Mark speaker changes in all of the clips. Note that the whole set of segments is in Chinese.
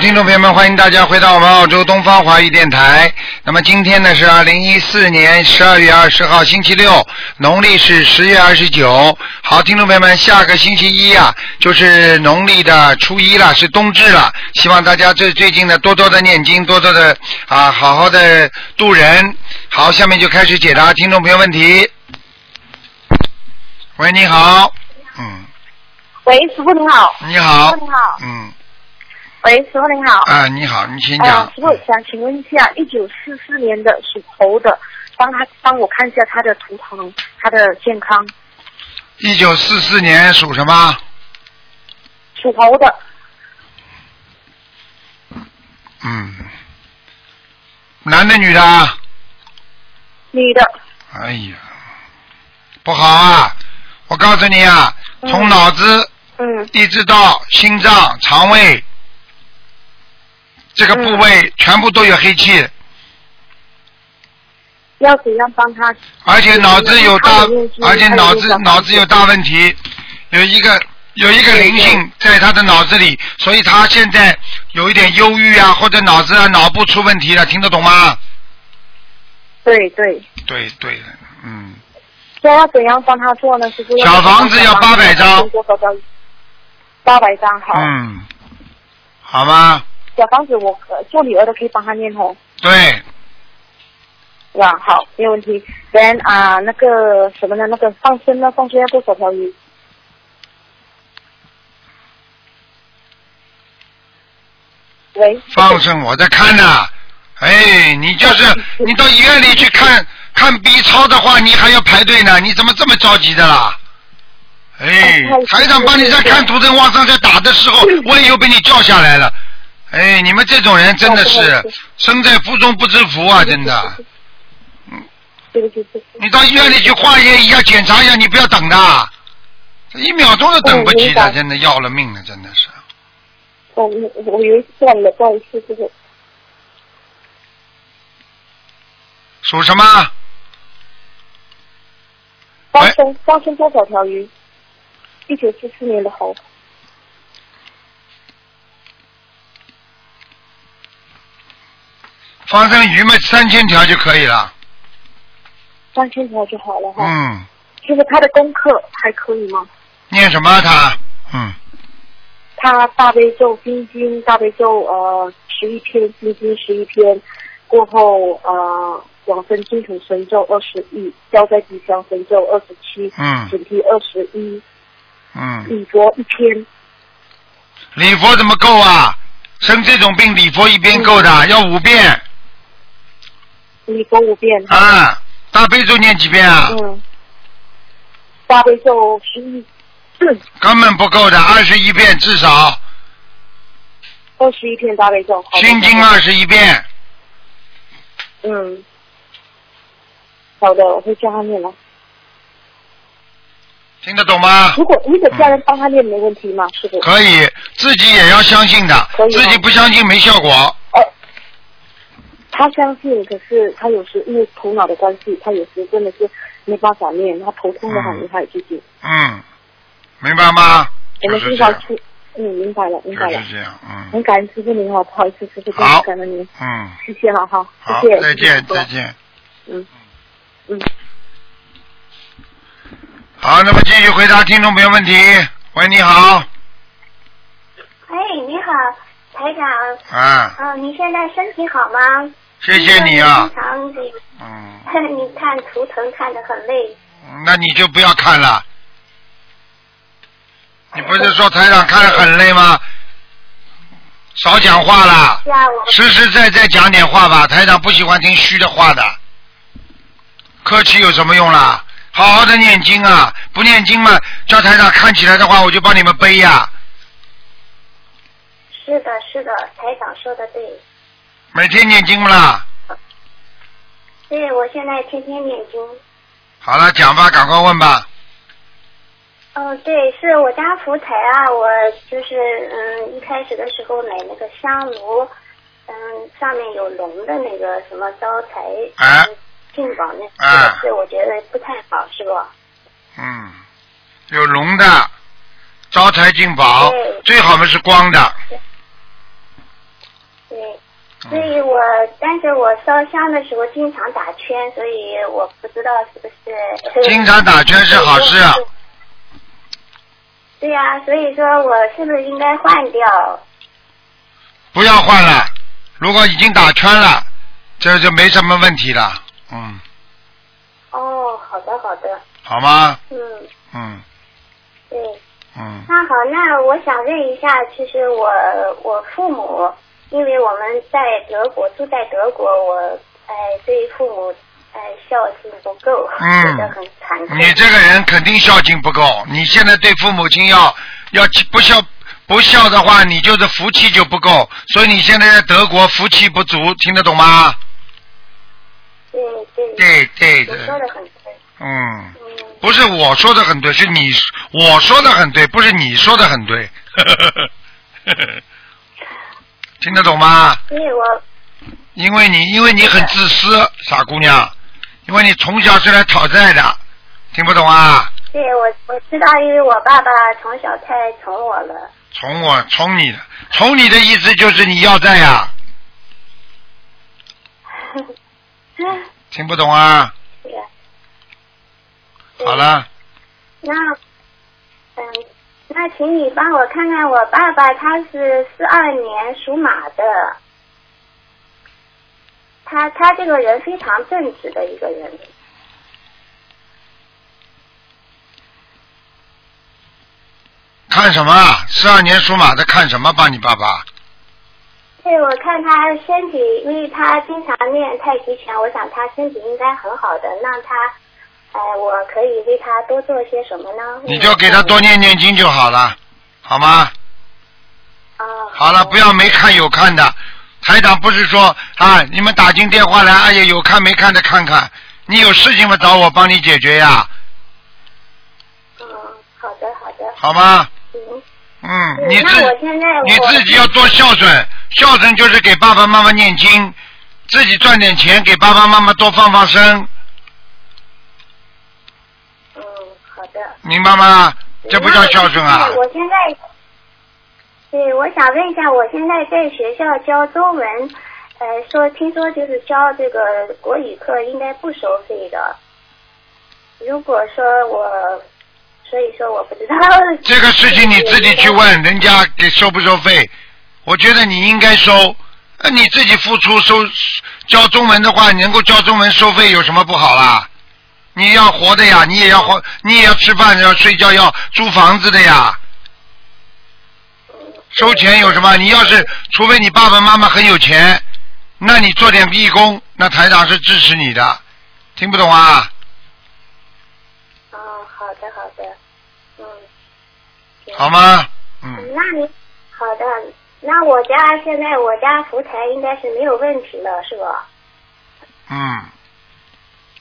Speaker 1: 听众朋友们，欢迎大家回到我们澳洲东方华语电台。那么今天呢是二零一四年十二月二十号，星期六，农历是十月二十九。好，听众朋友们，下个星期一啊，就是农历的初一了，是冬至了。希望大家最最近呢多多的念经，多多的啊好好的度人。好，下面就开始解答听众朋友问题。喂，你好，嗯，
Speaker 2: 喂，师傅您好。
Speaker 1: 你好
Speaker 2: 师傅，您好。
Speaker 1: 嗯，
Speaker 2: 喂，师傅您好。
Speaker 1: 啊，你好，你请
Speaker 2: 呃
Speaker 1: 讲
Speaker 2: 师。傅想请问一下，一九四四年的属猴的，帮他帮我看一下他的图腾，他的健康。
Speaker 1: 一九四四年属什么？
Speaker 2: 属猴的，
Speaker 1: 嗯，男的女的啊？
Speaker 2: 女的。
Speaker 1: 哎呀，不好啊！我告诉你啊，
Speaker 2: 嗯
Speaker 1: 从脑子
Speaker 2: 嗯
Speaker 1: 一直到心脏、肠胃这个部位，全部都有黑气，
Speaker 2: 要怎样帮他？
Speaker 1: 而且脑子有大
Speaker 2: 嗯嗯，嗯
Speaker 1: 而且脑
Speaker 2: 嗯
Speaker 1: 子
Speaker 2: 嗯嗯
Speaker 1: 脑子有大问题，有一个有一个灵性在他的脑子里，所以他现在有一点忧郁啊，或者脑子啊脑部出问题了，听得懂吗？
Speaker 2: 对对，
Speaker 1: 对对，嗯。
Speaker 2: 这要怎样帮他做呢？师傅？
Speaker 1: 小房子要800张
Speaker 2: 多少张？八百张好。
Speaker 1: 嗯，好吗？
Speaker 2: 小房子我呃做女儿的可以帮他念哦。
Speaker 1: 对，
Speaker 2: 是吧？好，没有问题。然啊，那个什么呢？那个放生呢？放生要多少条鱼？喂，
Speaker 1: 放生我在看呢、哎，你就是你到医院里去看看 B 超的话，你还要排队呢，你怎么这么着急的啦？哎
Speaker 2: 哦太，
Speaker 1: 台
Speaker 2: 急
Speaker 1: 长帮你在看图腾往上在打的时候，我也又被你叫下来了。哎，你们这种人真的
Speaker 2: 哦
Speaker 1: 是
Speaker 2: 对
Speaker 1: 身在福中不知福啊，真的。
Speaker 2: 对不起，对不起，
Speaker 1: 你到医院里去化验一下、检查一下，你不要等的，这一秒钟都等不及的，
Speaker 2: 哦明白
Speaker 1: 真的要了命了，真的是。
Speaker 2: 哦我我我以为断了，不好意思，这个
Speaker 1: 属什么？
Speaker 2: 放
Speaker 1: 哎
Speaker 2: 生放生多少条鱼？一九四四年的猴，
Speaker 1: 放生鱼嘛，三千条就可以了。
Speaker 2: 三千条就好了哈。
Speaker 1: 嗯，
Speaker 2: 就是他的功课还可以吗？
Speaker 1: 念什么啊他？嗯，
Speaker 2: 他大悲咒心经，大悲咒呃十一篇，心经十一篇，过后呃往生净土神咒二十一，消灾吉祥神咒二十七，
Speaker 1: 嗯
Speaker 2: 准提二十一，
Speaker 1: 嗯，
Speaker 2: 礼佛一篇，
Speaker 1: 礼佛怎么够啊？生这种病，礼佛一遍够
Speaker 2: 嗯
Speaker 1: 的，要五遍
Speaker 2: 礼佛五遍，
Speaker 1: 啊。大悲咒念几遍啊？
Speaker 2: 嗯，大悲咒十一，嗯
Speaker 1: 根本不够的，二十一遍至少。
Speaker 2: 二十一篇大悲咒，好的
Speaker 1: 心经，啊二十一遍，
Speaker 2: 嗯，好的，我会叫他念了。
Speaker 1: 听得懂吗？
Speaker 2: 如果如果家人帮他念没问题吗？师傅？
Speaker 1: 可以，自己也要相信的
Speaker 2: 可，以啊
Speaker 1: 自己不相信没效果。
Speaker 2: 哦，他相信，可是他有时因为头脑的关系，他有时真的是没办法念，他头痛的很厉害，最近。
Speaker 1: 嗯，明白吗？
Speaker 2: 我
Speaker 1: 就
Speaker 2: 们
Speaker 1: 是
Speaker 2: 经
Speaker 1: 这
Speaker 2: 常
Speaker 1: 样，
Speaker 2: 去，嗯，明白了，明白
Speaker 1: 就
Speaker 2: 了
Speaker 1: 是。这样，嗯
Speaker 2: 很感恩师傅您哦，不好意思，师傅，真
Speaker 1: 好
Speaker 2: 的感恩您，
Speaker 1: 嗯，
Speaker 2: 谢谢了哈，
Speaker 1: 好
Speaker 2: 谢谢，，
Speaker 1: 再
Speaker 2: 谢谢
Speaker 1: 见
Speaker 2: 师傅
Speaker 1: 再，见。
Speaker 2: 嗯嗯，
Speaker 1: 好，那么继续回答听众朋友问题。喂，你好，
Speaker 3: 哎，你好，台长。
Speaker 1: 啊，
Speaker 3: 嗯、你现在身体好吗？
Speaker 1: 谢谢你啊
Speaker 3: 经，常这个，
Speaker 1: 嗯，
Speaker 3: 你看图腾看得很累。
Speaker 1: 那你就不要看了。你不是说台长看得很累吗？少讲话啦，
Speaker 3: 是啊，我
Speaker 1: 实实在在讲点话吧。台长不喜欢听虚的话的，客气有什么用啦？好好的念经啊，不念经嘛，叫台长看起来的话，我就帮你们背呀、
Speaker 3: 是的，是的，台长说的对。
Speaker 1: 每天念经不啦？
Speaker 3: 对，我现在天天念经。
Speaker 1: 好了，讲吧，赶快问吧。
Speaker 3: 嗯、对，是我家福台啊，我就是嗯，一开始的时候买那个香炉，嗯，上面有龙的那个什么招财
Speaker 1: 哎
Speaker 3: 嗯进宝那
Speaker 1: 哎
Speaker 3: 这个事，我觉得不太好，是不？
Speaker 1: 嗯，有龙的，招财进宝
Speaker 3: 对，
Speaker 1: 最好嘛是光的。啊
Speaker 3: 所
Speaker 1: 嗯
Speaker 3: 以我，但是我烧香的时候经常打圈，所以我不知道是不是。
Speaker 1: 经常打圈是好事啊。
Speaker 3: 对呀、所以说我是不是应该换掉？
Speaker 1: 不要换了，如果已经打圈了，这就没什么问题了，嗯，
Speaker 3: 哦，好的好的，
Speaker 1: 好吗？
Speaker 3: 嗯，
Speaker 1: 嗯
Speaker 3: 对。
Speaker 1: 嗯，
Speaker 3: 那好，那我想问一下，就是我我父母，因为我们在德国住在德国，我哎、对父母哎、孝心不够，
Speaker 1: 嗯
Speaker 3: 觉得很惭愧。
Speaker 1: 你这个人肯定孝敬不够，你现在对父母亲要要不孝不孝的话，你就是福气就不够，所以你现在在德国福气不足，听得懂吗？
Speaker 3: 对对
Speaker 1: 对对
Speaker 3: 我说
Speaker 1: 的，
Speaker 3: 的很对，
Speaker 1: 嗯。
Speaker 3: 嗯，
Speaker 1: 不是我说的很对，是你我说的很对，不是你说的很对。 听得懂吗？
Speaker 3: 所以我
Speaker 1: 因为你因为你很自私，傻姑娘，因为你从小是来讨债的，听不懂啊？
Speaker 3: 对我我知道，因为我爸爸从小太宠我了，
Speaker 1: 从我从你的从你的意思就是你要债呀、听不懂啊？
Speaker 3: 对呀。
Speaker 1: 好了，
Speaker 3: 那，嗯，那请你帮我看看我爸爸，他是四二年属马的，他他这个人非常正直的一个人，
Speaker 1: 看什么？十二年属马的看什么？吧，你爸爸？
Speaker 3: 对我看他身体，因为他经常练太极拳，我想他身体应该很好的，让他，哎、我可以为他多做些什么呢？
Speaker 1: 你就给他多念念经就好了，好吗？
Speaker 3: 啊，
Speaker 1: 好了，不要没看有看的。台长不是说啊，你们打进电话来，哎呀，有看没看的看看。你有事情嘛，找我帮你解决呀，
Speaker 3: 嗯，好的好的，
Speaker 1: 好吗？
Speaker 3: 行。
Speaker 1: 嗯，
Speaker 3: 嗯
Speaker 1: 你
Speaker 3: 那我
Speaker 1: 自
Speaker 3: 现在我
Speaker 1: 你自己要多孝顺，孝顺就是给爸爸妈妈念经，自己赚点钱给爸爸妈妈多放放生，
Speaker 3: 嗯，好的。
Speaker 1: 明白吗？这不叫孝顺啊
Speaker 3: 对，我现在，对，我想问一下，我现在在学校教中文，呃，说听说就是教这个国语课应该不收费的。如果说我，所以说我不知道。
Speaker 1: 这个事情你自己去。问人家给收不收费，我觉得你应该收。那你自己付出收教中文的话，你能够教中文收费有什么不好啦？你要活的呀，你也要活，你也要吃饭，要睡觉，要租房子的呀。收钱有什么？你要是除非你爸爸妈妈很有钱，那你做点义工，那台长是支持你的。听不懂啊？
Speaker 3: 哦，好的，好的，嗯。行
Speaker 1: 好吗？嗯。
Speaker 3: 那你好的，那我家现在我家福台应该是没有问题了，是吧？
Speaker 1: 嗯，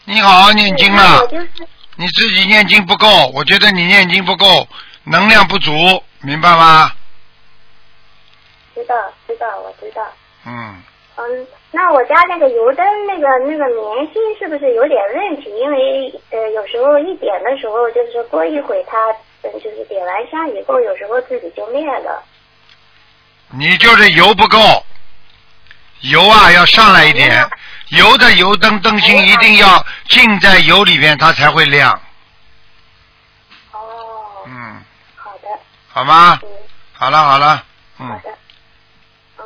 Speaker 1: 你好好念经
Speaker 3: 那
Speaker 1: 啊
Speaker 3: 我！就是
Speaker 1: 你自己念经不够，我觉得你念经不够，能量不足，明白吗？
Speaker 3: 知道，知道，我知道。
Speaker 1: 嗯，
Speaker 3: 嗯，那我家那个油灯那个那个棉芯是不是有点问题？因为呃，有时候一点的时候，就是说过一会它，嗯，就是点完香以后，有时候自己就灭了。
Speaker 1: 你就是油不够，油啊要上来一点，油的油灯灯芯一定要浸在油里面，它才会亮。
Speaker 3: 哦，
Speaker 1: 嗯，
Speaker 3: 好的，
Speaker 1: 好吗？
Speaker 3: 嗯，
Speaker 1: 好了好了，
Speaker 3: 好
Speaker 1: 嗯，
Speaker 3: 的，嗯，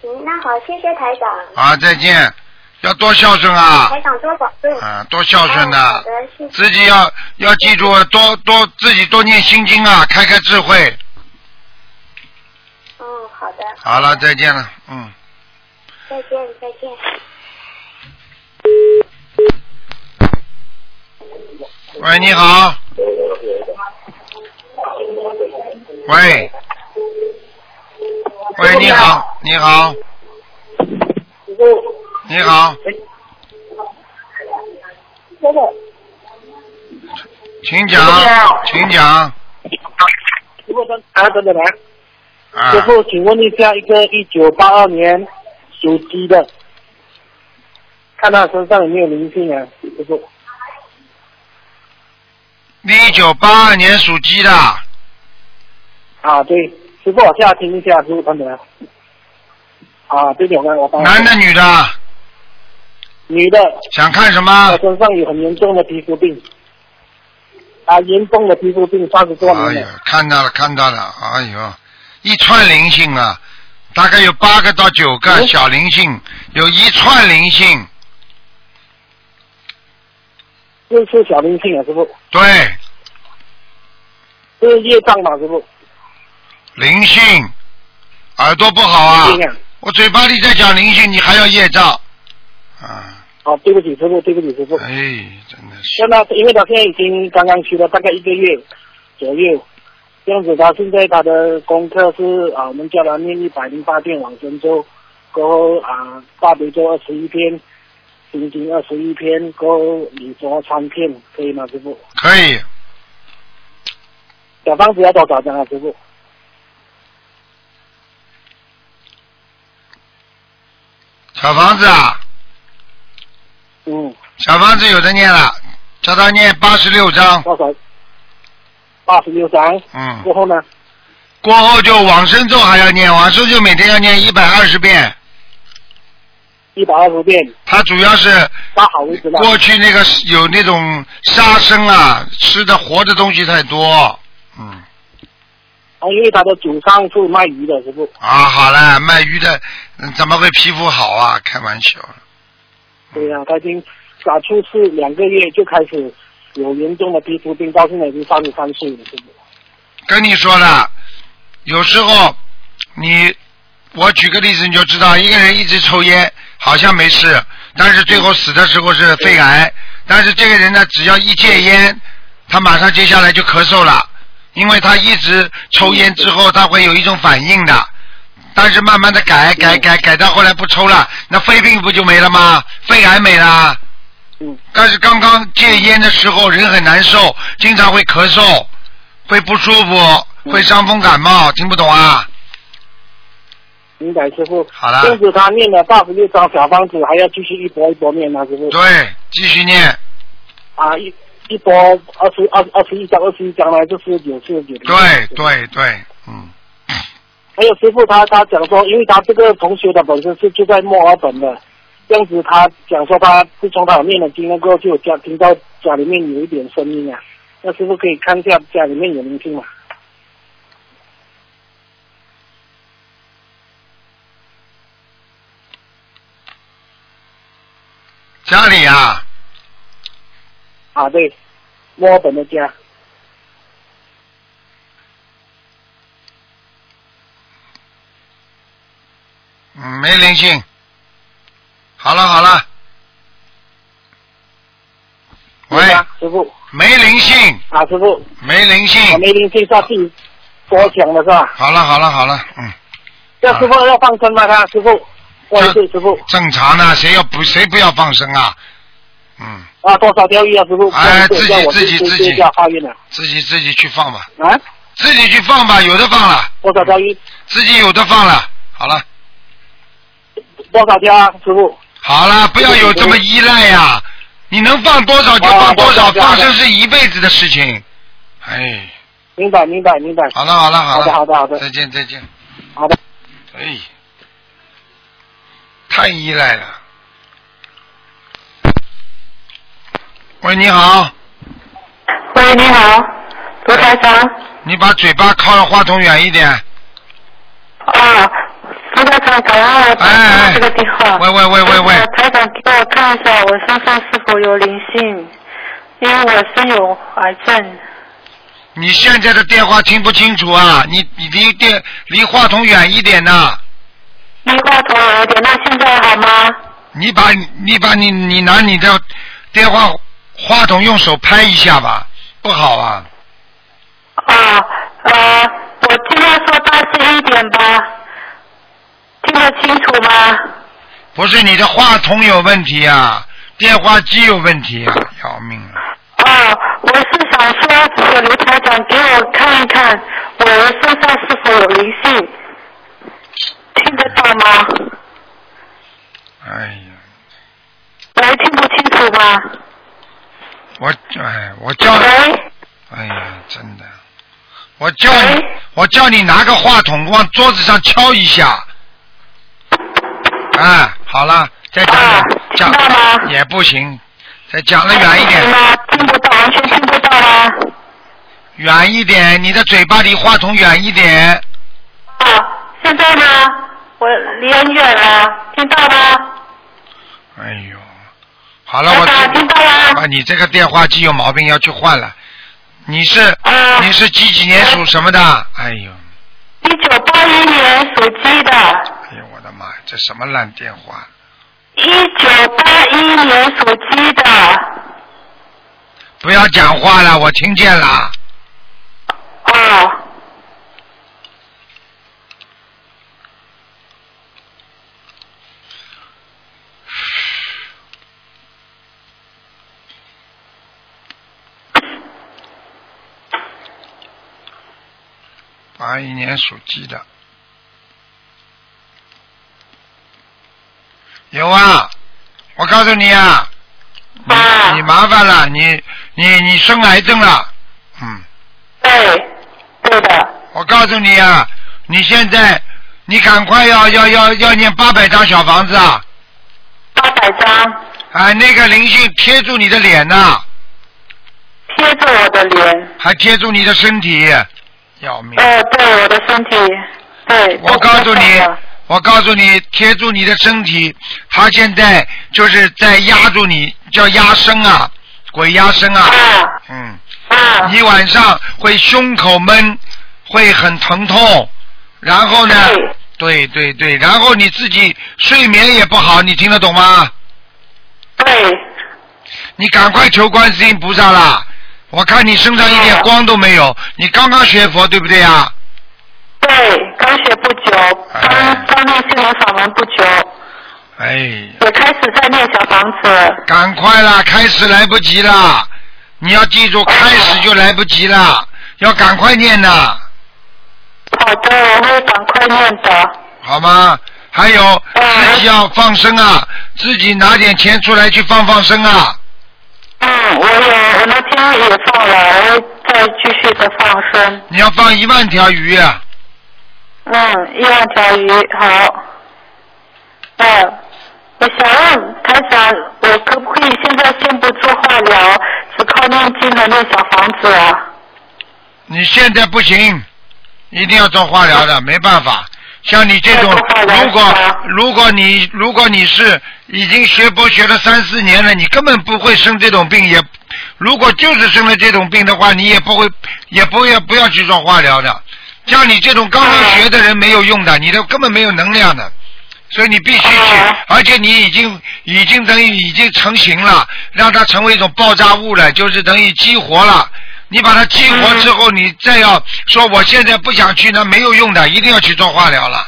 Speaker 3: 行，那好，谢谢台长，
Speaker 1: 好，再见，要多孝顺啊，
Speaker 3: 台长多保重。
Speaker 1: 啊，多孝顺
Speaker 3: 哦好
Speaker 1: 呐、
Speaker 3: 的，谢谢。
Speaker 1: 自己要要记住，啊多多自己多念心经啊，开开智慧。
Speaker 3: 嗯，好的。
Speaker 1: 好了，再见了，嗯。
Speaker 3: 再见，再见。
Speaker 1: 喂，你好。喂。喂，你好，你好，你好，
Speaker 4: 真的，
Speaker 1: 请讲，请讲。
Speaker 4: 如果说啊，等等来，
Speaker 1: 啊
Speaker 4: 最，后请问一下，一个一九八二年属鸡的，看他身上有没有灵性啊？师傅，
Speaker 1: 一九八二年属鸡的，
Speaker 4: 啊，对，师傅往下听一下，师傅等等来，啊，这种呢，我帮。
Speaker 1: 男的女的？
Speaker 4: 女的，
Speaker 1: 想看什么
Speaker 4: 她？身上有很严重的皮肤病，啊，严重的皮肤病三十多
Speaker 1: 哎
Speaker 4: 年
Speaker 1: 呦
Speaker 4: 了，，
Speaker 1: 看到了，看到了，哎呦，一串灵性啊，大概有八个到九个
Speaker 4: 嗯
Speaker 1: 小灵性，有一串灵性，
Speaker 4: 又是小灵性啊，师傅，
Speaker 1: 对，
Speaker 4: 这是业障嘛，师傅，
Speaker 1: 灵性，耳朵不好啊，
Speaker 4: 业障
Speaker 1: 我嘴巴里在讲灵性，你还要业障，啊，
Speaker 4: 啊，对不起，师傅，对不起，师傅。
Speaker 1: 哎，真的是，
Speaker 4: 现在因为他现在已经刚刚去了大概一个月左右，这样子他现在他的功课是啊，我们叫他念一百零八遍往生咒，过后啊大悲咒二十一篇，心经二十一篇，过后礼佛三篇，可以吗，师傅？
Speaker 1: 可以，
Speaker 4: 小房子要多少张啊，师傅？
Speaker 1: 小房子啊，
Speaker 4: 嗯，
Speaker 1: 小房子有的念了，叫他念八十六章，
Speaker 4: 多少？八十六张。
Speaker 1: 嗯
Speaker 4: 过后呢？
Speaker 1: 过后就往生咒还要念，往生咒每天要念一百二十遍，
Speaker 4: 一百二十遍，
Speaker 1: 他主要是。
Speaker 4: 发好为止了。
Speaker 1: 过去那个有那种杀生啊，吃的活的东西太多。嗯，
Speaker 4: 啊，因为他的祖上是卖鱼的，师傅。
Speaker 1: 啊，好了，卖鱼的嗯怎么会皮肤好啊？开玩笑，
Speaker 4: 对呀、他已经打出是两个月就开始有严重的皮肤病，到现在已经三十三岁了，是不是？
Speaker 1: 跟你说了，有时候你，我举个例子你就知道，一个人一直抽烟，好像没事，但是最后死的时候是肺癌，但是这个人呢，只要一戒烟，他马上接下来就咳嗽了，因为他一直抽烟之后，他会有一种反应的。但是慢慢的改改改改到后来不抽了，那肺病不就没了吗？肺癌没了。
Speaker 4: 嗯。
Speaker 1: 但是刚刚戒烟的时候，人很难受，经常会咳嗽，会不舒服，
Speaker 4: 嗯
Speaker 1: 会伤风感冒，听不懂啊？
Speaker 4: 明白师傅。
Speaker 1: 好了
Speaker 4: 这样子他念了八十六张小方子，还要继续一波一波念啊吗？师傅？
Speaker 1: 对，继续念，
Speaker 4: 啊，一一波二十二二十一张，二十一张呢，就是九四九。
Speaker 1: 对。对对，嗯，
Speaker 4: 还有师傅他他讲说，因为他这个同学的本身是住在墨尔本的，这样子他讲说他自从他有念了经过后，就有家听到家里面有一点声音啊，那师傅可以看一下家里面有灵性吗？
Speaker 1: 家里啊，
Speaker 4: 啊，对，墨尔本的家。
Speaker 1: 嗯，没灵性。好了好了，喂，
Speaker 4: 对吧啊师傅
Speaker 1: 没灵性，
Speaker 4: 啊，师傅，
Speaker 1: 没灵性。
Speaker 4: 我没灵性，他自己多讲的是吧？
Speaker 1: 好了好了好了，嗯，
Speaker 4: 这师傅要放生吗？他师傅，我也是师傅
Speaker 1: 正常的，谁要不谁不要放生啊？嗯，
Speaker 4: 啊，多少钓鱼啊，师傅？
Speaker 1: 哎自
Speaker 4: 这样子
Speaker 1: 己
Speaker 4: 我
Speaker 1: 自己
Speaker 4: 就
Speaker 1: 自己
Speaker 4: 就要发愿了
Speaker 1: 自己自己去放吧，
Speaker 4: 啊，
Speaker 1: 自己去放吧，有的放了，
Speaker 4: 多少钓鱼？
Speaker 1: 自己有的放了，好了
Speaker 4: 多少钓啊，师傅？
Speaker 1: 好了，不要有这么依赖呀、你能放多少就放多少，
Speaker 4: 哦
Speaker 1: 放生是一辈子的事情。哎，
Speaker 4: 明白，明白，明白。
Speaker 1: 好了好了好了，
Speaker 4: 好的好的好的
Speaker 1: 再见再见，
Speaker 4: 好的。
Speaker 1: 哎，太依赖了。喂，你好，
Speaker 5: 喂，你好，罗台长。
Speaker 1: 你把嘴巴靠话筒远一点。
Speaker 5: 啊，罗台长，感恩我打通了这个电话。
Speaker 1: 哎喂喂喂喂喂
Speaker 5: 呃台长，给我看一下我身上是否有灵性，因为我身有癌症。
Speaker 1: 你现在的电话听不清楚啊！你你离电离话筒远一点呐、
Speaker 5: 离话筒有点，那现在好吗？
Speaker 1: 你把你把你你拿你的电话话筒用手拍一下吧，不好啊！
Speaker 5: 啊，呃，我尽量说大声一点吧，听得清楚吗？
Speaker 1: 不是你的话筒有问题啊，电话机有问题啊，要命了！
Speaker 5: 啊，我是想说，这个刘台长给我看一看，我的身上是否有灵性，听得到吗？
Speaker 1: 哎呀，
Speaker 5: 喂，听不清楚吗？
Speaker 1: 我哎我叫
Speaker 5: 喂，
Speaker 1: 哎呀真的，我叫你
Speaker 5: 喂
Speaker 1: 我叫你拿个话筒往桌子上敲一下，啊，好了，再讲
Speaker 5: 啊
Speaker 1: 讲
Speaker 5: 听到吗
Speaker 1: 也不行，再讲的远一点，
Speaker 5: 吗？听不到，完全听不到啦。
Speaker 1: 远一点，你的嘴巴离话筒远一点，
Speaker 5: 啊，现在呢？我离很远了，听到吗？
Speaker 1: 哎呦，好了，
Speaker 5: 台
Speaker 1: 我
Speaker 5: 长，听到
Speaker 1: 啊，
Speaker 5: 啦。
Speaker 1: 你这个电话机有毛病，要去换了。你是
Speaker 5: 啊，
Speaker 1: 哎你是几几年属什么的？哎呦，
Speaker 5: 一九八一年属鸡的。
Speaker 1: 哎呦，我的妈，这什么烂电话？
Speaker 5: 一九八一年属鸡的，
Speaker 1: 不要讲话了，我听见了。
Speaker 5: 哦，
Speaker 1: 八一年属鸡的，有啊，我告诉你啊，你
Speaker 5: 啊
Speaker 1: 你麻烦了，你你你生癌症了，嗯，
Speaker 5: 对，对的，
Speaker 1: 我告诉你啊，你现在你赶快要要要要念八百张小房子啊，
Speaker 5: 八百张
Speaker 1: 啊，那个灵性贴住你的脸呐、
Speaker 5: 贴着我的脸，
Speaker 1: 还贴住你的身体，要命！
Speaker 5: 呃，对我的身体，对。啊
Speaker 1: 我告诉你
Speaker 5: 都不动了，
Speaker 1: 我告诉你，贴住你的身体，他现在就是在压住你，叫压身啊，鬼压身啊。
Speaker 5: 啊
Speaker 1: 嗯，
Speaker 5: 啊，
Speaker 1: 你晚上会胸口闷，会很疼痛，然后呢？对
Speaker 5: 对
Speaker 1: 对对，然后你自己睡眠也不好，你听得懂吗？
Speaker 5: 对，
Speaker 1: 你赶快求观世音菩萨啦！我看你身上一点
Speaker 5: 哦
Speaker 1: 光都没有，你刚刚学佛对不对啊？
Speaker 5: 对，刚学不久，
Speaker 1: 哎
Speaker 5: 刚刚念心灵法门不久，
Speaker 1: 哎呀。
Speaker 5: 也开始在念小房子，
Speaker 1: 赶快啦，开始来不及啦！你要记住，开始就来不及啦，要赶快念的，
Speaker 5: 好的，哦我会赶快念的，
Speaker 1: 好吗？还有
Speaker 5: 嗯
Speaker 1: 自己要放生啊，自己拿点钱出来去放放生啊，
Speaker 5: 嗯，我有，我那天也放了，我会再继续的放生。
Speaker 1: 你要放一万条鱼啊，
Speaker 5: 嗯，一万条鱼，好。嗯，我想问台长，我可不可以现在先不做化疗，只靠念经和念小房子啊？
Speaker 1: 你现在不行，一定要做化疗的，没办法。像你这种
Speaker 5: 要做化，疗
Speaker 1: 如果
Speaker 5: 是吧
Speaker 1: 如果你如果你是已经学佛学了三四年了，你根本不会生这种病，也如果就是生了这种病的话，你也不会也不要不要去做化疗的。像你这种刚刚
Speaker 5: 嗯
Speaker 1: 学的人没有用的，你的根本没有能量的，所以你必须去
Speaker 5: 嗯，
Speaker 1: 而且你已经已经等于已经成型了，让它成为一种爆炸物了，就是等于激活了。你把它激活之后，你再要说我现在不想去，那没有用的，一定要去做化疗了，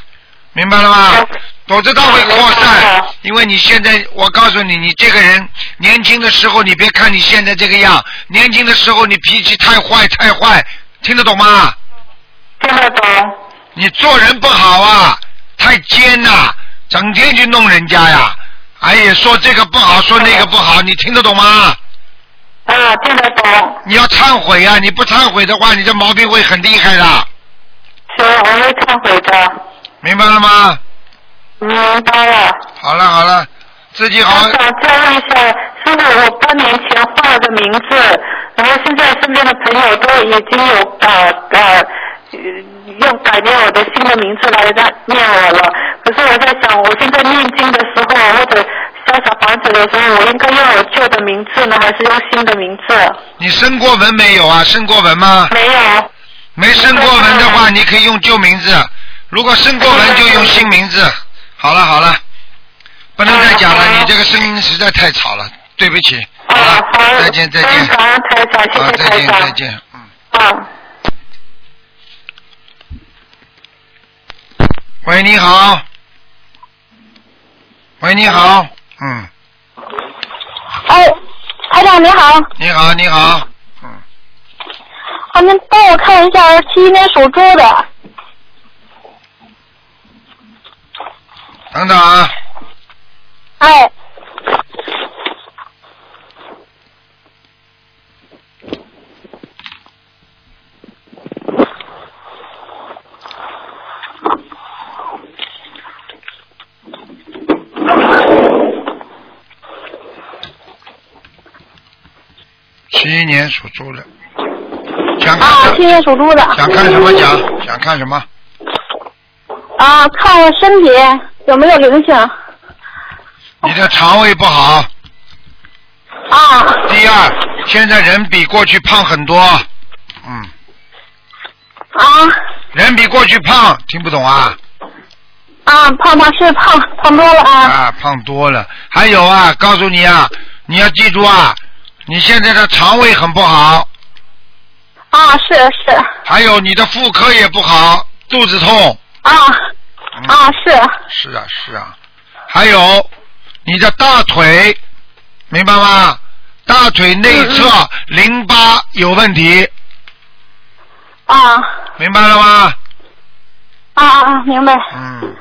Speaker 1: 明白了吗
Speaker 5: 嗯？
Speaker 1: 否则它会扩散
Speaker 5: 嗯，
Speaker 1: 因为你现在，我告诉你，你这个人年轻的时候，你别看你现在这个样，年轻的时候你脾气太坏太坏，听得懂吗？
Speaker 5: 听得懂？
Speaker 1: 你做人不好啊，太奸呐、整天去弄人家呀，哎呀，说这个不好，说那个不好，你听得懂吗？
Speaker 5: 啊，听得懂。
Speaker 1: 你要忏悔啊！你不忏悔的话，你这毛病会很厉害的，
Speaker 5: 行，我会忏悔的。
Speaker 1: 明白了吗？
Speaker 5: 明白了。
Speaker 1: 好了好了，自己好
Speaker 5: 我想再问一下，是不是我八年前换了个名字，然后现在身边的朋友都已经有呃呃用改变我的新的名字来让念我了。可是我在想，我现在念经的时候或者烧小房子的时候，我应该用我旧的名字呢，还是用新的名字？
Speaker 1: 你生过文没有啊？生过文吗？
Speaker 5: 没有。
Speaker 1: 没生过文的话，你可以用旧名字；如果生过文，就用新名字。好了好了，不能再讲了，你这个声音实在太吵了，对不起。好
Speaker 5: 啊，
Speaker 1: 了，
Speaker 5: 好，
Speaker 1: 再见再
Speaker 5: 非
Speaker 1: 见
Speaker 5: 常。感恩台长，谢
Speaker 1: 好，
Speaker 5: 谢
Speaker 1: 再
Speaker 5: 台
Speaker 1: 见
Speaker 5: 长。
Speaker 1: 再见，嗯。
Speaker 5: 啊。
Speaker 1: 喂，你好。喂，你好。嗯，
Speaker 6: 哎，台长你好，
Speaker 1: 你好，你好。嗯，
Speaker 6: 啊，您帮我看一下七一年属猪的，
Speaker 1: 等等啊，
Speaker 6: 哎，
Speaker 1: 一年属猪的，想看
Speaker 7: 啊，七月属猪的。
Speaker 1: 想看什么讲？想看什么？
Speaker 7: 啊，看看身体有没有灵性。
Speaker 1: 你的肠胃不好，
Speaker 7: 啊
Speaker 1: 第二，现在人比过去胖很多，嗯，
Speaker 7: 啊
Speaker 1: 人比过去胖，听不懂啊？
Speaker 7: 啊！胖胖是胖胖多了啊。
Speaker 1: 啊，胖多了。还有啊，告诉你啊，你要记住啊，你现在的肠胃很不好，
Speaker 7: 啊，是是
Speaker 1: 还有你的妇科也不好，肚子痛。
Speaker 7: 啊
Speaker 1: 嗯、
Speaker 7: 啊是
Speaker 1: 是啊，是啊。还有你的大腿，明白吗？大腿内
Speaker 7: 嗯
Speaker 1: 侧淋巴有问题，
Speaker 7: 啊
Speaker 1: 明白了吗？
Speaker 7: 啊啊！明白。
Speaker 1: 嗯。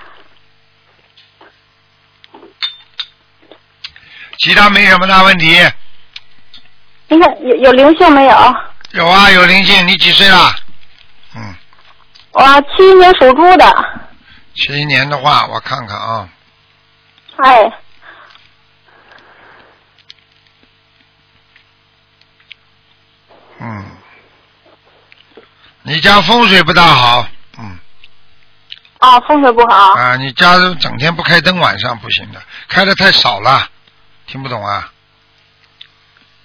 Speaker 1: 其他没什么大问题。
Speaker 7: 你看有有灵性没有？
Speaker 1: 有啊，有灵性。你几岁啦？嗯，
Speaker 7: 我七一年属猪的，
Speaker 1: 七一年的话，我看看啊，
Speaker 7: 哎，
Speaker 1: 嗯，你家风水不大好，嗯
Speaker 7: 啊，风水不好。
Speaker 1: 啊，你家整天不开灯，晚上不行的，开的太少了，听不懂啊，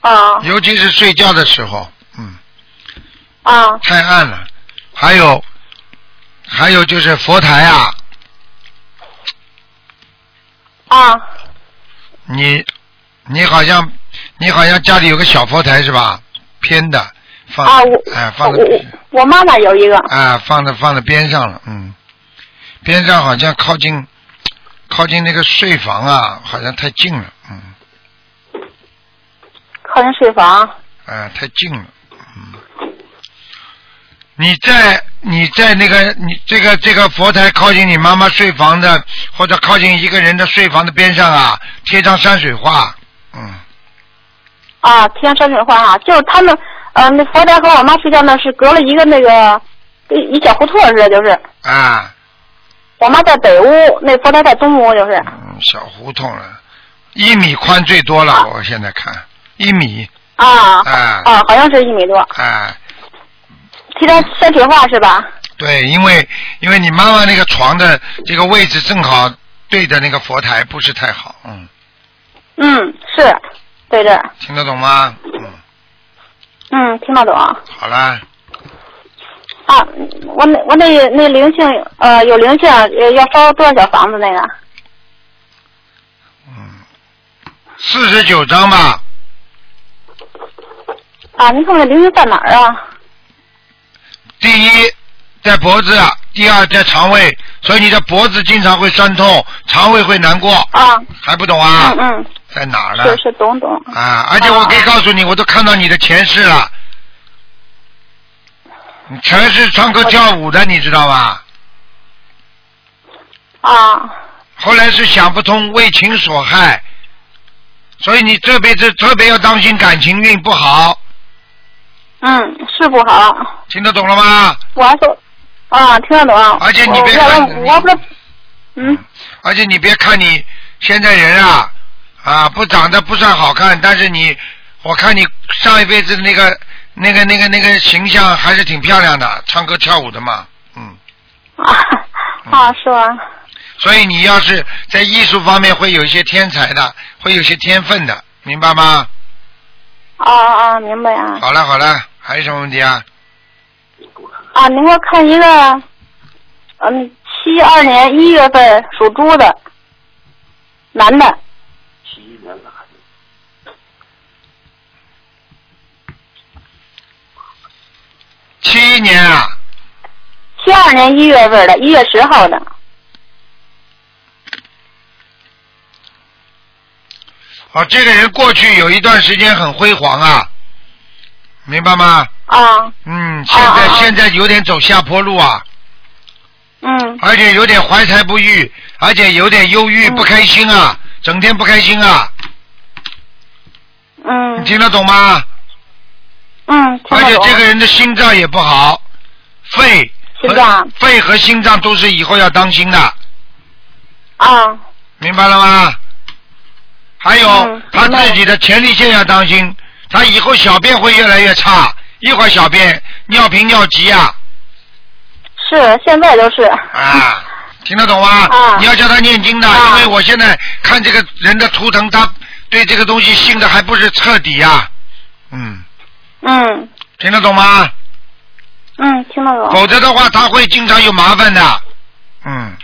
Speaker 7: 啊
Speaker 1: 尤其是睡觉的时候，嗯，
Speaker 7: 啊
Speaker 1: 太暗了。还有，还有就是佛台啊，
Speaker 7: 啊
Speaker 1: 你你好像你好像家里有个小佛台是吧？偏的，放
Speaker 7: 啊！我
Speaker 1: 哎放
Speaker 7: 我
Speaker 1: 在
Speaker 7: 我我妈妈有一个
Speaker 1: 啊放在放在边上了，嗯，边上好像靠近靠近那个睡房啊，好像太近了，嗯，
Speaker 7: 靠近睡房
Speaker 1: 啊太近了，嗯。你在你在那个你这个这个佛台靠近你妈妈睡房的，或者靠近一个人的睡房的边上啊，贴张山水画，嗯，
Speaker 7: 啊，天山水画啊，就是他们呃那佛台和我妈睡觉那是隔了一个那个一一小胡同似的，就是
Speaker 1: 啊，
Speaker 7: 我妈在北屋，那佛台在东屋，就是
Speaker 1: 嗯，小胡同了，一米宽最多了，我现在看一米，
Speaker 7: 啊
Speaker 1: 哎
Speaker 7: 啊，好像是一米多。
Speaker 1: 哎，
Speaker 7: 贴张山水画是吧？
Speaker 1: 对，因为因为你妈妈那个床的这个位置正好对着那个佛台，不是太好，嗯，
Speaker 7: 嗯，是对这，
Speaker 1: 听得懂吗？嗯，
Speaker 7: 嗯，听得懂啊。
Speaker 1: 好啦，
Speaker 7: 我那我那那灵性呃有灵性呃要烧多少小房子那个？
Speaker 1: 嗯，四十九章吧，
Speaker 7: 啊，您看看灵性在哪儿啊？
Speaker 1: 第一在脖子，啊第二在肠胃，所以你的脖子经常会酸痛，肠胃会难过，
Speaker 7: 啊，
Speaker 1: 还不懂
Speaker 7: 嗯
Speaker 1: 啊？
Speaker 7: 嗯，
Speaker 1: 在哪儿呢？
Speaker 7: 是是懂懂。
Speaker 1: 啊，而且我可以告诉你，我都看到你的前世了，你全是唱歌跳舞的，你知道吧？
Speaker 7: 啊
Speaker 1: 后来是想不通，为情所害，所以你这辈子特别要当心感情运不好，
Speaker 7: 嗯，是不好，
Speaker 1: 听得懂了吗？
Speaker 7: 我还说啊听得懂。
Speaker 1: 而且你
Speaker 7: 我
Speaker 1: 别
Speaker 7: 我
Speaker 1: 看
Speaker 7: 我我不是嗯
Speaker 1: 而且你别看你现在人啊啊不长得不算好看，但是你我看你上一辈子那个那个那个那个形象还是挺漂亮的，唱歌跳舞的嘛，嗯。
Speaker 7: 啊啊是吧？
Speaker 1: 所以你要是在艺术方面会有一些天才的，会有一些天分的，明白吗？
Speaker 7: 啊啊明白啊
Speaker 1: 好了好了，还有什么问题啊？
Speaker 7: 啊！您给我看一个，嗯，七二年一月份属猪的男的
Speaker 1: 七一年啊，
Speaker 7: 七二年一月份的，一月十号的。
Speaker 1: 哦，这个人过去有一段时间很辉煌啊，明白吗？
Speaker 7: 啊，
Speaker 1: 嗯，现在、
Speaker 7: 哦哦哦
Speaker 1: 现在有点走下坡路啊，
Speaker 7: 嗯，
Speaker 1: 而且有点怀才不遇，而且有点忧郁、
Speaker 7: 嗯
Speaker 1: 不开心啊，整天不开心啊，你
Speaker 7: 嗯，
Speaker 1: 听得懂吗？
Speaker 7: 嗯，听
Speaker 1: 而
Speaker 7: 得
Speaker 1: 且
Speaker 7: 懂。
Speaker 1: 这个人的心脏也不好，肺和
Speaker 7: 心脏
Speaker 1: 肺和心脏都是以后要当心的。
Speaker 7: 啊，
Speaker 1: 明白了吗？还有、
Speaker 7: 嗯
Speaker 1: 他自己的前列腺要当心，他以后小便会越来越差，一会儿小便尿频尿急啊
Speaker 7: 是，现在都是。
Speaker 1: 啊，听得懂吗？
Speaker 7: 啊
Speaker 1: 你要叫他念经的，
Speaker 7: 啊
Speaker 1: 因为我现在看这个人的图腾，他对这个东西信的还不是彻底啊。嗯，
Speaker 7: 嗯
Speaker 1: 听得懂吗？
Speaker 7: 嗯，听得懂。
Speaker 1: 否则的话，他会经常有麻烦的。嗯，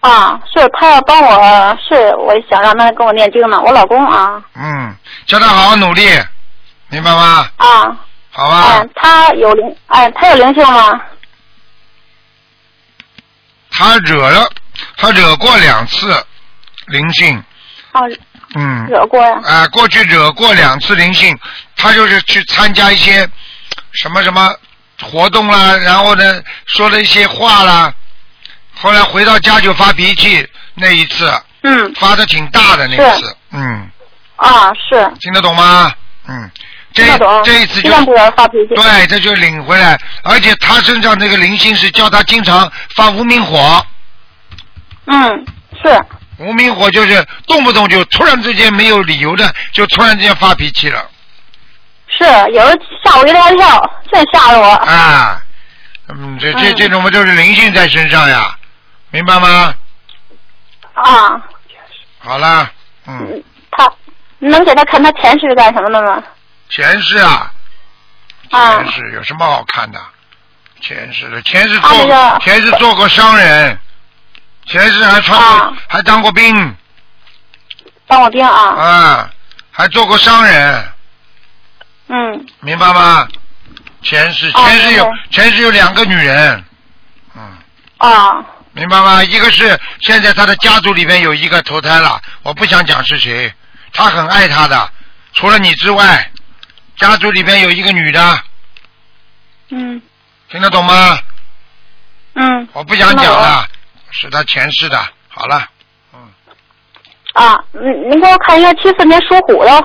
Speaker 7: 啊，是他要帮我，是我想让他跟我念经呢，我老公啊
Speaker 1: 嗯，叫他好好努力，明白吗？
Speaker 7: 啊，
Speaker 1: 好吧。
Speaker 7: 哎、他有灵，哎，他有灵性吗？
Speaker 1: 他惹了，他惹过两次灵性，
Speaker 7: 啊，
Speaker 1: 嗯，
Speaker 7: 惹过呀、
Speaker 1: 啊、过去惹过两次灵性，他就是去参加一些什么什么活动啦，然后呢说了一些话啦，后来回到家就发脾气，那一次
Speaker 7: 嗯，
Speaker 1: 发的挺大的那一次，嗯，
Speaker 7: 啊，是
Speaker 1: 听得懂吗？嗯，这
Speaker 7: 听得懂。
Speaker 1: 这一次就
Speaker 7: 尽量不要发脾气。
Speaker 1: 对，这就领回来，而且他身上这个灵性是叫他经常发无名火，
Speaker 7: 嗯，是
Speaker 1: 无名火就是动不动就突然之间没有理由的就突然之间发脾气了
Speaker 7: 是，有时候吓我一大跳，真吓得我。
Speaker 1: 啊，嗯，这这
Speaker 7: 嗯
Speaker 1: 这种嘛就是灵性在身上呀，明白吗？
Speaker 7: 啊，
Speaker 1: 好啦，嗯，
Speaker 7: 他能给他看他前世是干什么的吗？
Speaker 1: 前世啊，
Speaker 7: 啊
Speaker 1: 前世有什么好看的？前世的前世
Speaker 7: 啊
Speaker 1: 做、
Speaker 7: 那个
Speaker 1: 前世做过商人，前世还穿过、
Speaker 7: 啊
Speaker 1: 还当过兵
Speaker 7: 当过兵啊。
Speaker 1: 啊，还做过商人。
Speaker 7: 嗯，
Speaker 1: 明白吗？前世
Speaker 7: 哦
Speaker 1: 前世有、
Speaker 7: 明白
Speaker 1: 前世有两个女人，嗯，
Speaker 7: 啊，
Speaker 1: 明白吗？一个是现在他的家族里面有一个投胎了，我不想讲是谁，他很爱他的，除了你之外，家族里面有一个女的，
Speaker 7: 嗯
Speaker 1: 听得懂吗？
Speaker 7: 嗯
Speaker 1: 我不想讲
Speaker 7: 听得
Speaker 1: 了，是他前世的。好了，
Speaker 7: 啊，您您给我看一下七四年属虎的
Speaker 1: 啊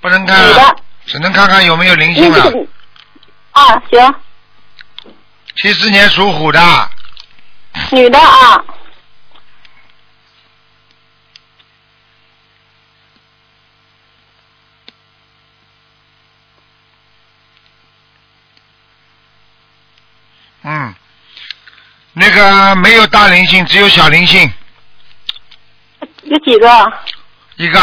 Speaker 1: 不能看
Speaker 7: 女
Speaker 1: 了
Speaker 7: 的，，
Speaker 1: 只能看看有没有灵性
Speaker 7: 您这
Speaker 1: 了。
Speaker 7: 个啊行，
Speaker 1: 七四年属虎的，
Speaker 7: 女的啊，
Speaker 1: 嗯，那个没有大灵性，只有小灵性。
Speaker 7: 有几个？
Speaker 1: 一个，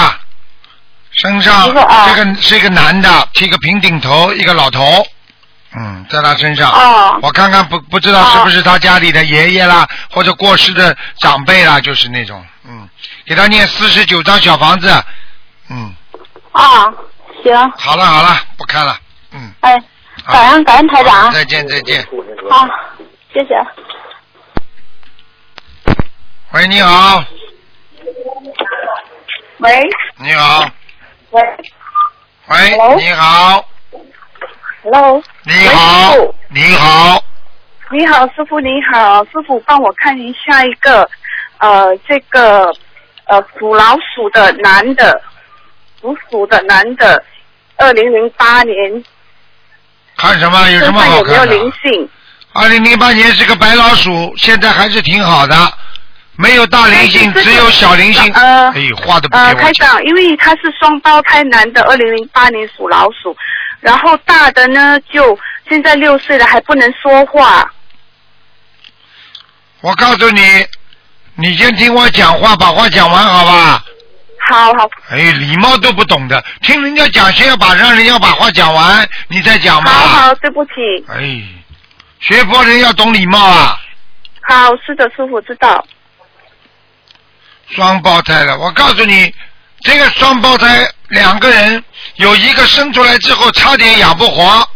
Speaker 1: 身上
Speaker 7: 一个啊
Speaker 1: 这个是一个男的，剃个平顶头，一个老头，嗯，在他身上，
Speaker 7: 哦
Speaker 1: 我看看不不知道
Speaker 5: 哦
Speaker 1: 是不是他家里的爷爷啦，或者过世的长辈啦，就是那种，嗯，给他念四十九张小房子，嗯，
Speaker 7: 啊，行，
Speaker 1: 好了好了，不看了，嗯，
Speaker 7: 哎，
Speaker 1: 好
Speaker 7: 感恩感恩台长
Speaker 1: 好再见再见。
Speaker 7: 啊，谢谢。
Speaker 1: 喂，你好，
Speaker 5: 喂
Speaker 1: 你好，
Speaker 5: 喂
Speaker 1: 喂
Speaker 5: Hello？，
Speaker 1: 你好，
Speaker 5: ，Hello，
Speaker 1: 你好你好，
Speaker 5: 喂师傅，你好，师傅你好，师傅帮我看一下一个，呃，这个呃属老鼠的男的，属鼠的男的，二零零八年
Speaker 1: 看什么？有什
Speaker 5: 身
Speaker 1: 么
Speaker 5: 上
Speaker 1: 好
Speaker 5: 有没有
Speaker 1: 看的？
Speaker 5: 灵性？
Speaker 1: 二零零八年是个白老鼠，现在还是挺好的，没有大灵性，
Speaker 5: 但哎是这个
Speaker 1: 只有小灵性。
Speaker 5: 呃
Speaker 1: 哎，话都不
Speaker 5: 呃，
Speaker 1: 给
Speaker 5: 开
Speaker 1: 我讲。
Speaker 5: 长，因为他是双胞胎男的，二零零八年属老鼠，然后大的呢就现在六岁了，还不能说话。
Speaker 1: 我告诉你，你先听我讲话，把话讲完好吧？
Speaker 5: 好好
Speaker 1: 哎，礼貌都不懂的，听人家讲先要把让人家把话讲完，你再讲
Speaker 5: 好
Speaker 1: 嘛。
Speaker 5: 好，对不起，
Speaker 1: 哎，学佛人要懂礼貌啊。
Speaker 5: 好是的，师傅知道。
Speaker 1: 双胞胎了，我告诉你，这个双胞胎两个人有一个生出来之后差点养不活。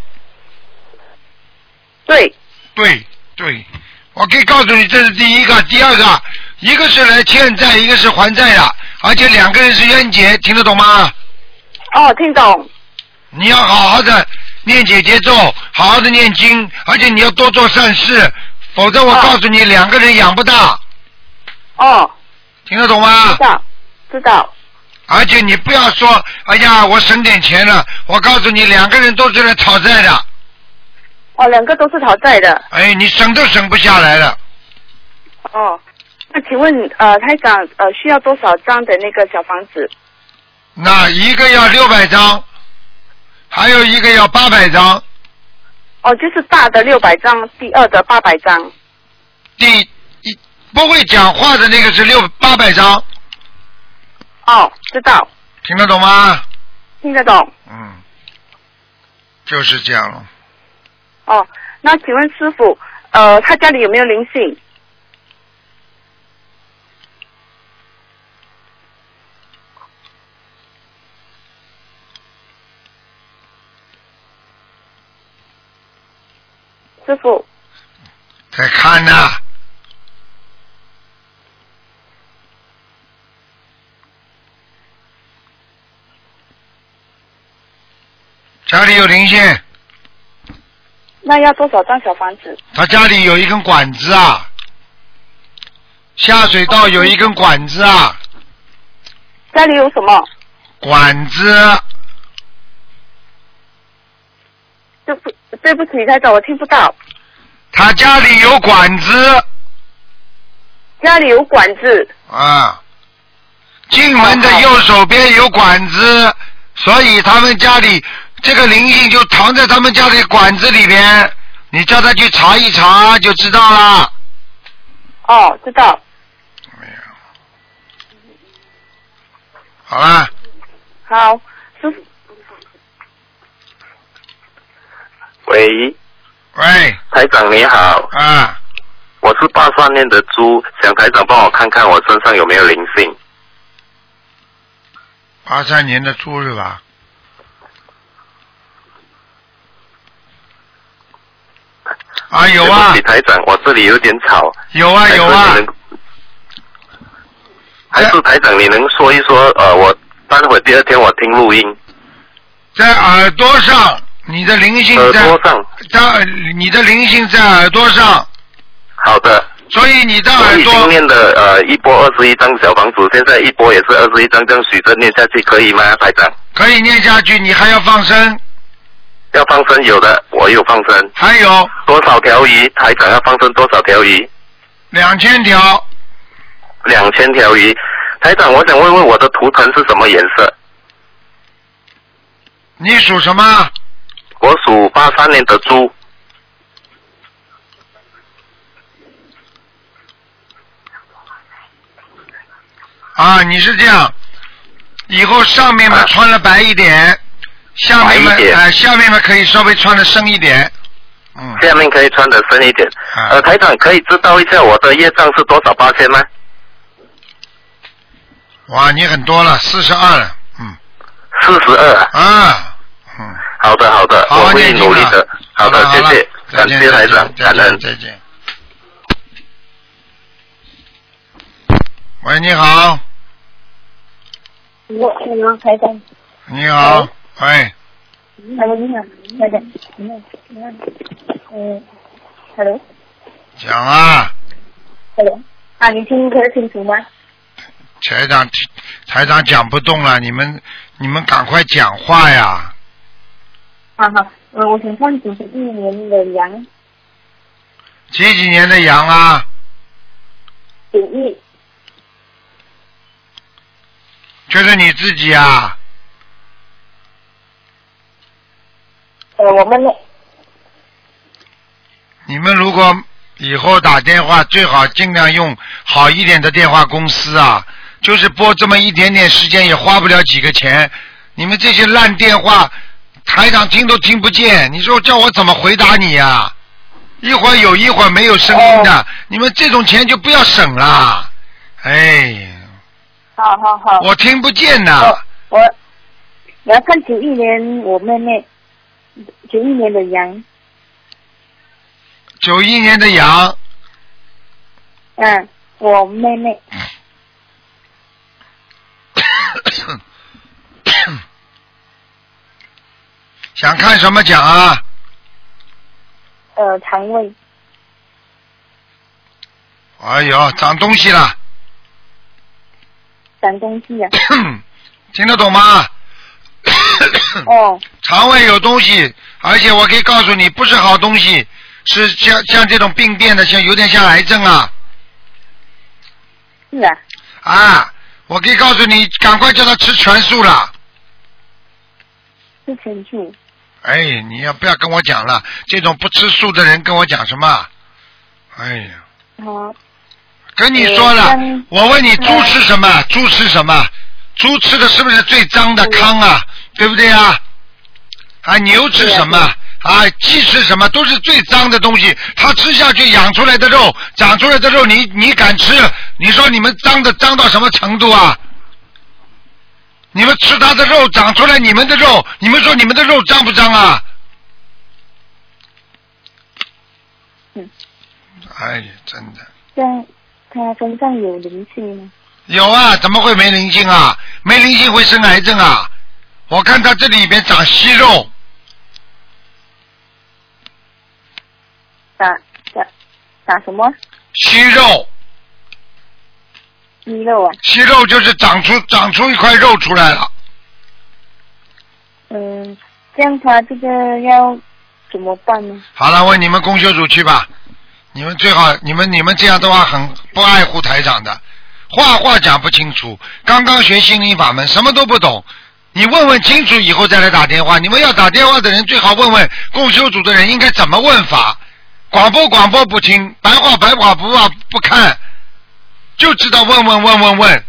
Speaker 5: 对，
Speaker 1: 对对，我可以告诉你，这是第一个，第二个，一个是来欠债，一个是还债的，而且两个人是冤结，听得懂吗？
Speaker 5: 哦，听懂。
Speaker 1: 你要好好的念姐姐咒，好好的念经，而且你要多做善事，否则我
Speaker 5: 哦
Speaker 1: 告诉你，两个人养不大，
Speaker 5: 哦，
Speaker 1: 听得懂
Speaker 5: 知
Speaker 1: 吗？
Speaker 5: 道，知道。
Speaker 1: 而且你不要说，哎呀，我省点钱了，我告诉你，两个人都是来讨债的，
Speaker 5: 哦，两个都是讨债的。
Speaker 1: 哎，你省都省不下来了。
Speaker 5: 哦，那请问呃，台长呃需要多少张的那个小房子？
Speaker 1: 那一个要六百张，还有一个要八百张，
Speaker 5: 哦，就是大的六百张，第二的八百张。
Speaker 1: 第一不会讲话的那个是六八百张，
Speaker 5: 哦，知道，
Speaker 1: 听得懂吗？
Speaker 5: 听得懂。
Speaker 1: 嗯，就是这样了。
Speaker 5: 哦，那请问师傅，呃，他家里有没有灵性？师傅，
Speaker 1: 在看呢、家里有灵性，
Speaker 5: 那要多少张小房子？
Speaker 1: 他家里有一根管子啊，下水道有一根管子啊，
Speaker 5: 家里有什么？
Speaker 1: 管子
Speaker 5: 对不，对不起，台长，我听不到。
Speaker 1: 他家里有管子
Speaker 5: 家里有管子，
Speaker 1: 啊，进门的右手边有管子，所以他们家里这个灵性就藏在他们家里管子里边，你叫他去查一查就知道了。
Speaker 5: 哦，知道。
Speaker 1: 没有。好了，
Speaker 5: 好，
Speaker 8: 哦
Speaker 5: 师傅，
Speaker 9: 喂，
Speaker 1: 喂，
Speaker 9: 台长你好，
Speaker 1: 啊，
Speaker 9: 我是八三年的猪，想台长帮我看看我身上有没有灵性。
Speaker 1: 八三年的猪是吧？啊，有啊
Speaker 9: 对，不起台长，我这里有点吵。
Speaker 1: 有啊，有啊
Speaker 9: 还是你，能。哎还是台长，你能说一说？呃，我待会第二天我听录音，
Speaker 1: 在耳朵上，你的灵性
Speaker 9: 耳
Speaker 1: 在
Speaker 9: 朵上。
Speaker 1: 在耳你的灵性在耳朵上，
Speaker 9: 好的，
Speaker 1: 所以你的
Speaker 9: 我
Speaker 1: 啊耳
Speaker 9: 已经
Speaker 1: 朵
Speaker 9: 念的呃一波二十一张小房子，现在一波也是二十一张，这样许着念下去可以吗？台长，
Speaker 1: 可以念下去，你还要放生，
Speaker 9: 要放生有的，我有放生，
Speaker 1: 还有
Speaker 9: 多少条鱼？台长要放生多少条鱼？
Speaker 1: 两千条
Speaker 9: 两千条鱼。台长，我想问问我的图腾是什么颜色？
Speaker 1: 你属什么？
Speaker 9: 我属八三年的猪，
Speaker 1: 啊，你是这样，以后上面嘛
Speaker 9: 啊
Speaker 1: 穿了白一点，下面嘛
Speaker 9: 白一点
Speaker 1: 呃下面嘛可以稍微穿的深一点，嗯，
Speaker 9: 下面可以穿的深一点。
Speaker 1: 啊
Speaker 9: 呃，台长可以知道一下我的业障是多少八千吗？
Speaker 1: 哇，你很多了，四十二了，嗯，
Speaker 9: 四十二。
Speaker 1: 啊，嗯，
Speaker 9: 好的，好的，
Speaker 1: 好，
Speaker 9: 我会
Speaker 1: 念经
Speaker 9: 努力的
Speaker 1: 了。
Speaker 9: 好的，
Speaker 1: 了
Speaker 9: 谢
Speaker 1: 了
Speaker 9: 谢，
Speaker 1: 再
Speaker 9: 感
Speaker 1: 见
Speaker 9: 谢台
Speaker 1: 再见
Speaker 9: 长，
Speaker 1: 再
Speaker 9: 感
Speaker 1: 见
Speaker 9: 恩。
Speaker 1: 再见。喂，你好，
Speaker 7: 我我台长，
Speaker 1: 你好，喂，
Speaker 7: 哎，你好，台长，你好，你好，嗯，hello，hello，
Speaker 1: 讲啊，
Speaker 7: 啊，你听得清楚吗？
Speaker 1: 台长，台长讲不动了，你们你们赶快讲话呀，
Speaker 7: 啊哈，嗯，我想看九十一年的羊，
Speaker 1: 几几年的羊啊？
Speaker 7: 九一，
Speaker 1: 就是你自己啊？
Speaker 7: 呃，我们的
Speaker 1: 你们如果以后打电话，最好尽量用好一点的电话公司啊，就是拨这么一点点时间，也花不了几个钱。你们这些烂电话，台长听都听不见，你说叫我怎么回答你呀、一会儿有一会儿没有声音的，
Speaker 7: 哦
Speaker 1: 你们这种钱就不要省了。哎，
Speaker 7: 好好好，
Speaker 1: 我听不见呐、
Speaker 7: 哦我我要看九一年我妹妹，九一年的羊，
Speaker 1: 九一年的羊，
Speaker 7: 嗯，我妹妹，
Speaker 1: 想看什么讲啊？
Speaker 7: 呃，肠胃，
Speaker 1: 哎呦，长东西了。
Speaker 7: 长东西啊，
Speaker 1: 听得懂吗？
Speaker 7: 哦，
Speaker 1: 肠胃有东西，而且我可以告诉你，不是好东西，是像像这种病变的，像有点像癌症啊
Speaker 7: 是啊，
Speaker 1: 啊！我可以告诉你，赶快叫他吃全素了。
Speaker 10: 吃全素。
Speaker 1: 哎，你要不要跟我讲了？这种不吃素的人跟我讲什么？哎呀，
Speaker 10: 好，
Speaker 1: 跟你说了
Speaker 10: 嗯嗯，
Speaker 1: 我问你猪吃什么？猪吃什么？猪吃的是不是最脏的糠啊？对不对啊？啊，牛吃什么？啊，鸡吃什么？都是最脏的东西。它吃下去养出来的肉，长出来的肉，你你敢吃？你说你们脏的脏到什么程度啊？你们吃它的肉，长出来你们的肉，你们说你们的肉脏不脏啊？
Speaker 10: 嗯。
Speaker 1: 哎呀，真的。
Speaker 10: 像他身上有灵性吗？
Speaker 1: 有啊，怎么会没灵性啊？没灵性会生癌症啊！我看他这里边长息肉，
Speaker 10: 打打打什么？
Speaker 1: 息肉，
Speaker 10: 肌肉啊？
Speaker 1: 息肉就是长出长出一块肉出来了。
Speaker 10: 嗯，这样他这个要怎么办呢？
Speaker 1: 好了，问你们公修组去吧，你们最好你们你们这样的话很不爱护台长的，话话讲不清楚，刚刚学心灵法门，什么都不懂。你问问清楚以后再来打电话。你们要打电话的人最好问问共修组的人应该怎么问法。广播广播不听，白话白话不话不看，就知道问问问问问。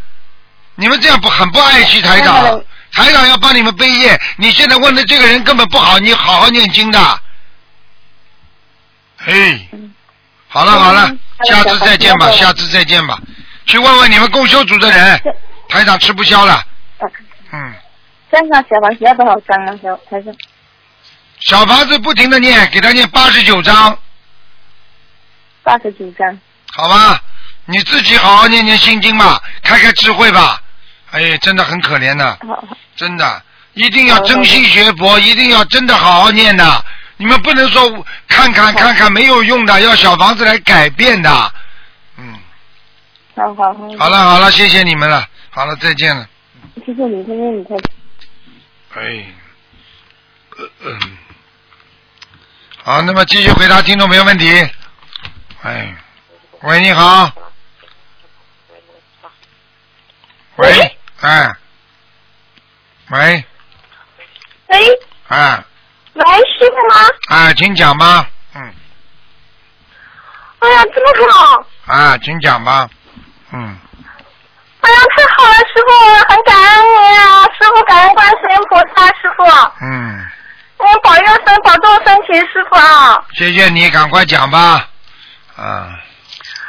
Speaker 1: 你们这样不很不爱惜台
Speaker 10: 那
Speaker 1: 长
Speaker 10: 么，
Speaker 1: 台长要帮你们背业。你现在问的这个人根本不好，你好好念经的。哎，好了好了，下次再见吧，下次再见吧。去问问你们共修组的人，台长吃不消了。嗯，
Speaker 10: 这样他小房子要多少张呢？小还是
Speaker 1: 小房子不停的念，给他念八十九章，
Speaker 10: 八十九张？
Speaker 1: 好吧？你自己好好念念心经吧，开开智慧吧。哎，真的很可怜的，
Speaker 10: 好，好
Speaker 1: 真的，一定要真心学佛，一定要真的好好念的。你们不能说看看看看没有用的，要小房子来改变的。嗯，
Speaker 10: 好好好。
Speaker 1: 好了好了，谢谢你们了，好了再见了。
Speaker 10: 谢谢你，谢谢你，太
Speaker 1: 哎，呃嗯，好，那么继续回答听众朋友问题。哎，喂，你好。喂，哎，喂，
Speaker 8: 喂
Speaker 1: 哎，
Speaker 8: 喂，师傅吗？
Speaker 1: 哎，请讲吧，嗯
Speaker 8: 哎呀，这么好！
Speaker 1: 啊，请讲吧，嗯，
Speaker 8: 哎呀，太好了，师傅，我很感恩您啊！师傅，感恩观世音菩萨，师傅，
Speaker 1: 嗯，
Speaker 8: 您保佑身保重身体，师傅啊！
Speaker 1: 谢谢你，赶快讲吧，啊，
Speaker 8: 啊，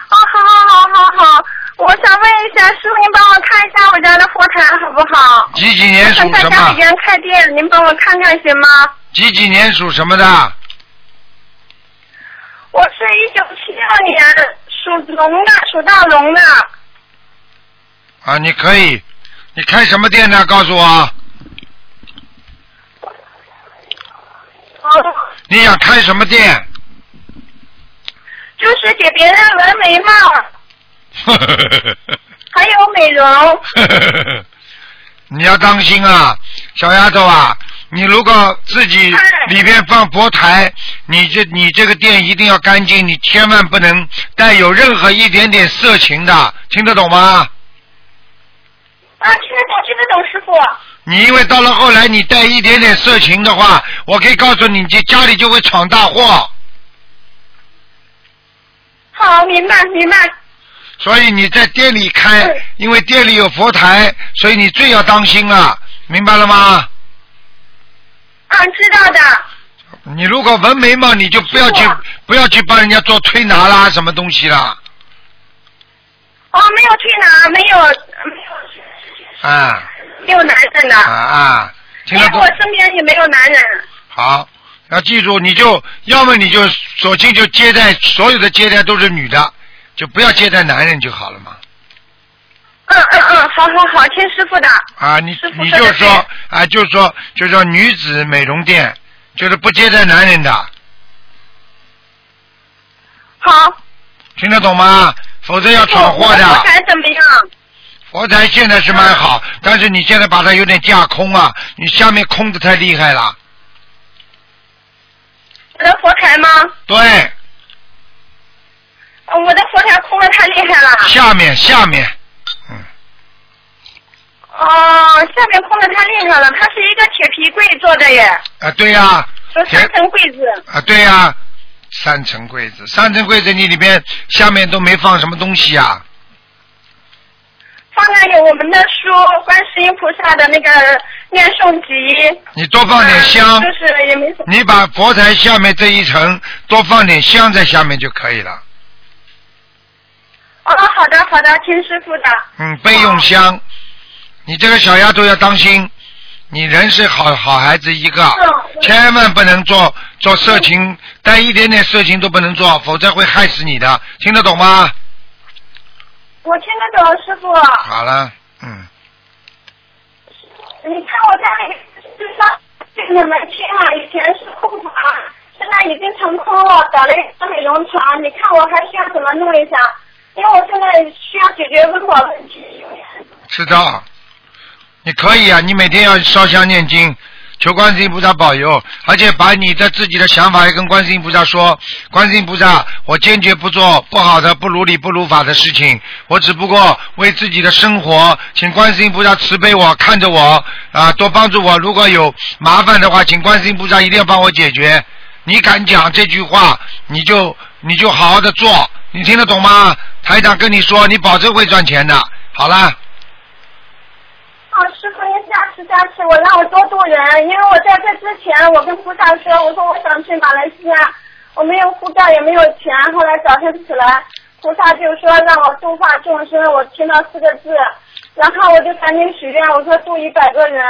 Speaker 8: 好好好好好，我想问一下，师傅您帮我看一下我家的佛台好不好？
Speaker 1: 几几年
Speaker 8: 我
Speaker 1: 属
Speaker 8: 想在
Speaker 1: 什
Speaker 8: 家
Speaker 1: 么
Speaker 8: 里？边开店，您帮我看看行吗？
Speaker 1: 几几年属什么的？
Speaker 8: 我是一九七二年属龙的，属大龙的。
Speaker 1: 啊，你可以，你开什么店呢？告诉我，
Speaker 8: 哦，
Speaker 1: 你想开什么店？
Speaker 8: 就是给别人纹眉毛，还有美容。哦
Speaker 1: 你要当心啊，小丫头啊，你如果自己里边放佛台，你这你这个店一定要干净，你千万不能带有任何一点点色情的，听得懂吗？
Speaker 8: 啊，听得懂，听得懂，师傅。
Speaker 1: 你因为到了后来，你带一点点色情的话，我可以告诉你，你家里就会闯大祸。
Speaker 8: 好，明白明白。
Speaker 1: 所以你在店里开，因为店里有佛台，所以你最要当心了，明白了吗？
Speaker 8: 啊，知道的。
Speaker 1: 你如果纹眉毛，你就不要去不要去帮人家做推拿啦，什么东西啦，
Speaker 8: 哦，没有去哪，没有
Speaker 1: 啊
Speaker 8: 没有男人的，
Speaker 1: 啊啊！
Speaker 8: 因
Speaker 1: 听
Speaker 8: 为
Speaker 1: 得懂
Speaker 8: 我？身边也没有男人。
Speaker 1: 好，要记住，你就要么你就索性就接待所有的接待都是女的，就不要接待男人就好了嘛。
Speaker 8: 嗯嗯嗯，好好好，听师傅的。
Speaker 1: 啊，你
Speaker 8: 师傅
Speaker 1: 你
Speaker 8: 说
Speaker 1: 就
Speaker 8: 的
Speaker 1: 说啊，就说就说女子美容店，就是不接待男人的，
Speaker 8: 好。
Speaker 1: 听得懂吗？否则要闯祸的。
Speaker 8: 我我才怎嗯么样？
Speaker 1: 佛台现在是蛮好，但是你现在把它有点架空啊，你下面空的太厉害了。
Speaker 8: 我的佛台吗？啊
Speaker 1: 对，
Speaker 8: 呃
Speaker 5: 哦
Speaker 8: 我的佛台空的太厉害了。
Speaker 1: 嗯下面下面，
Speaker 8: 哦，
Speaker 5: 下面空的太厉害了，它是一个铁皮柜做的耶，
Speaker 1: 啊，对呀、
Speaker 5: 有三层柜子。
Speaker 1: 啊，对呀、三层柜子，三层柜子你里边下面都没放什么东西啊？
Speaker 5: 放那有我们的书，观世音菩萨的那个念诵集。啊
Speaker 1: 你多放
Speaker 8: 嗯
Speaker 1: 点香，
Speaker 5: 就是也没什么。
Speaker 1: 你把佛台下面这一层多放点香在下面就可以了。
Speaker 5: 哦，好的好的，听师傅的。
Speaker 1: 嗯，备用香。你这个小丫头要当心，你人是好好孩子一个，千万不能做做色情，带一点点色情都不能做，否则会害死你的，听得懂吗？
Speaker 5: 我听得懂，师傅。
Speaker 1: 好了，嗯，
Speaker 5: 你看我在就是上你们去啊，以前是空房，现在已经成空了，找了一个美容床。你看我还需要怎么弄一下？因为我现在需要解决温饱问题。
Speaker 1: 知道。你可以啊，你每天要烧香念经，求观世音菩萨保佑，而且把你的自己的想法也跟观世音菩萨说。观世音菩萨，我坚决不做不好的、不如理、不如法的事情，我只不过为自己的生活，请观世音菩萨慈悲我，看着我啊，多帮助我。如果有麻烦的话，请观世音菩萨一定要帮我解决。你敢讲这句话，你就你就好好的做，你听得懂吗？台长跟你说，你保证会赚钱的。好啦。
Speaker 5: 哦，师傅，您加持加持我，让我多度人。因为我在这之前，我跟菩萨说，我说我想去马来西亚，我没有护照也没有钱。后来早上起来，菩萨就说让我度化众生，我听到四个字，然后我就赶紧许愿，我说度一百个人。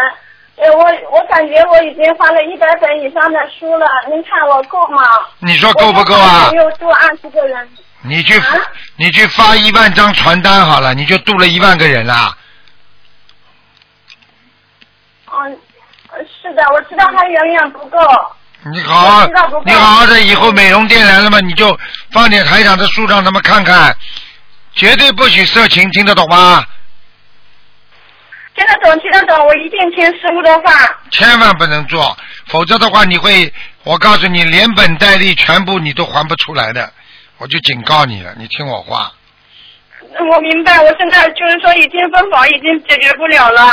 Speaker 5: 呃，我我感觉我已经翻了一百本以上的书了，您看我够吗？
Speaker 1: 你说够不够啊
Speaker 5: 我？又度二十个人。
Speaker 1: 你去
Speaker 5: 啊
Speaker 1: 你去发一万张传单好了，你就度了一万个人啦。
Speaker 5: 嗯，呃是的，我知道还远远不够。
Speaker 1: 你好好
Speaker 5: 我知道不够，
Speaker 1: 你好好的，以后美容店来了嘛，你就放点台长的书让他们看看，绝对不许色情，听得懂吗？
Speaker 5: 听得懂，听得懂，我一定听师傅的话。
Speaker 1: 千万不能做，否则的话你会，我告诉你，连本带利全部你都还不出来的，我就警告你了，你听我话。
Speaker 5: 嗯我明白，我现在就是说已经温饱已经解决不了了，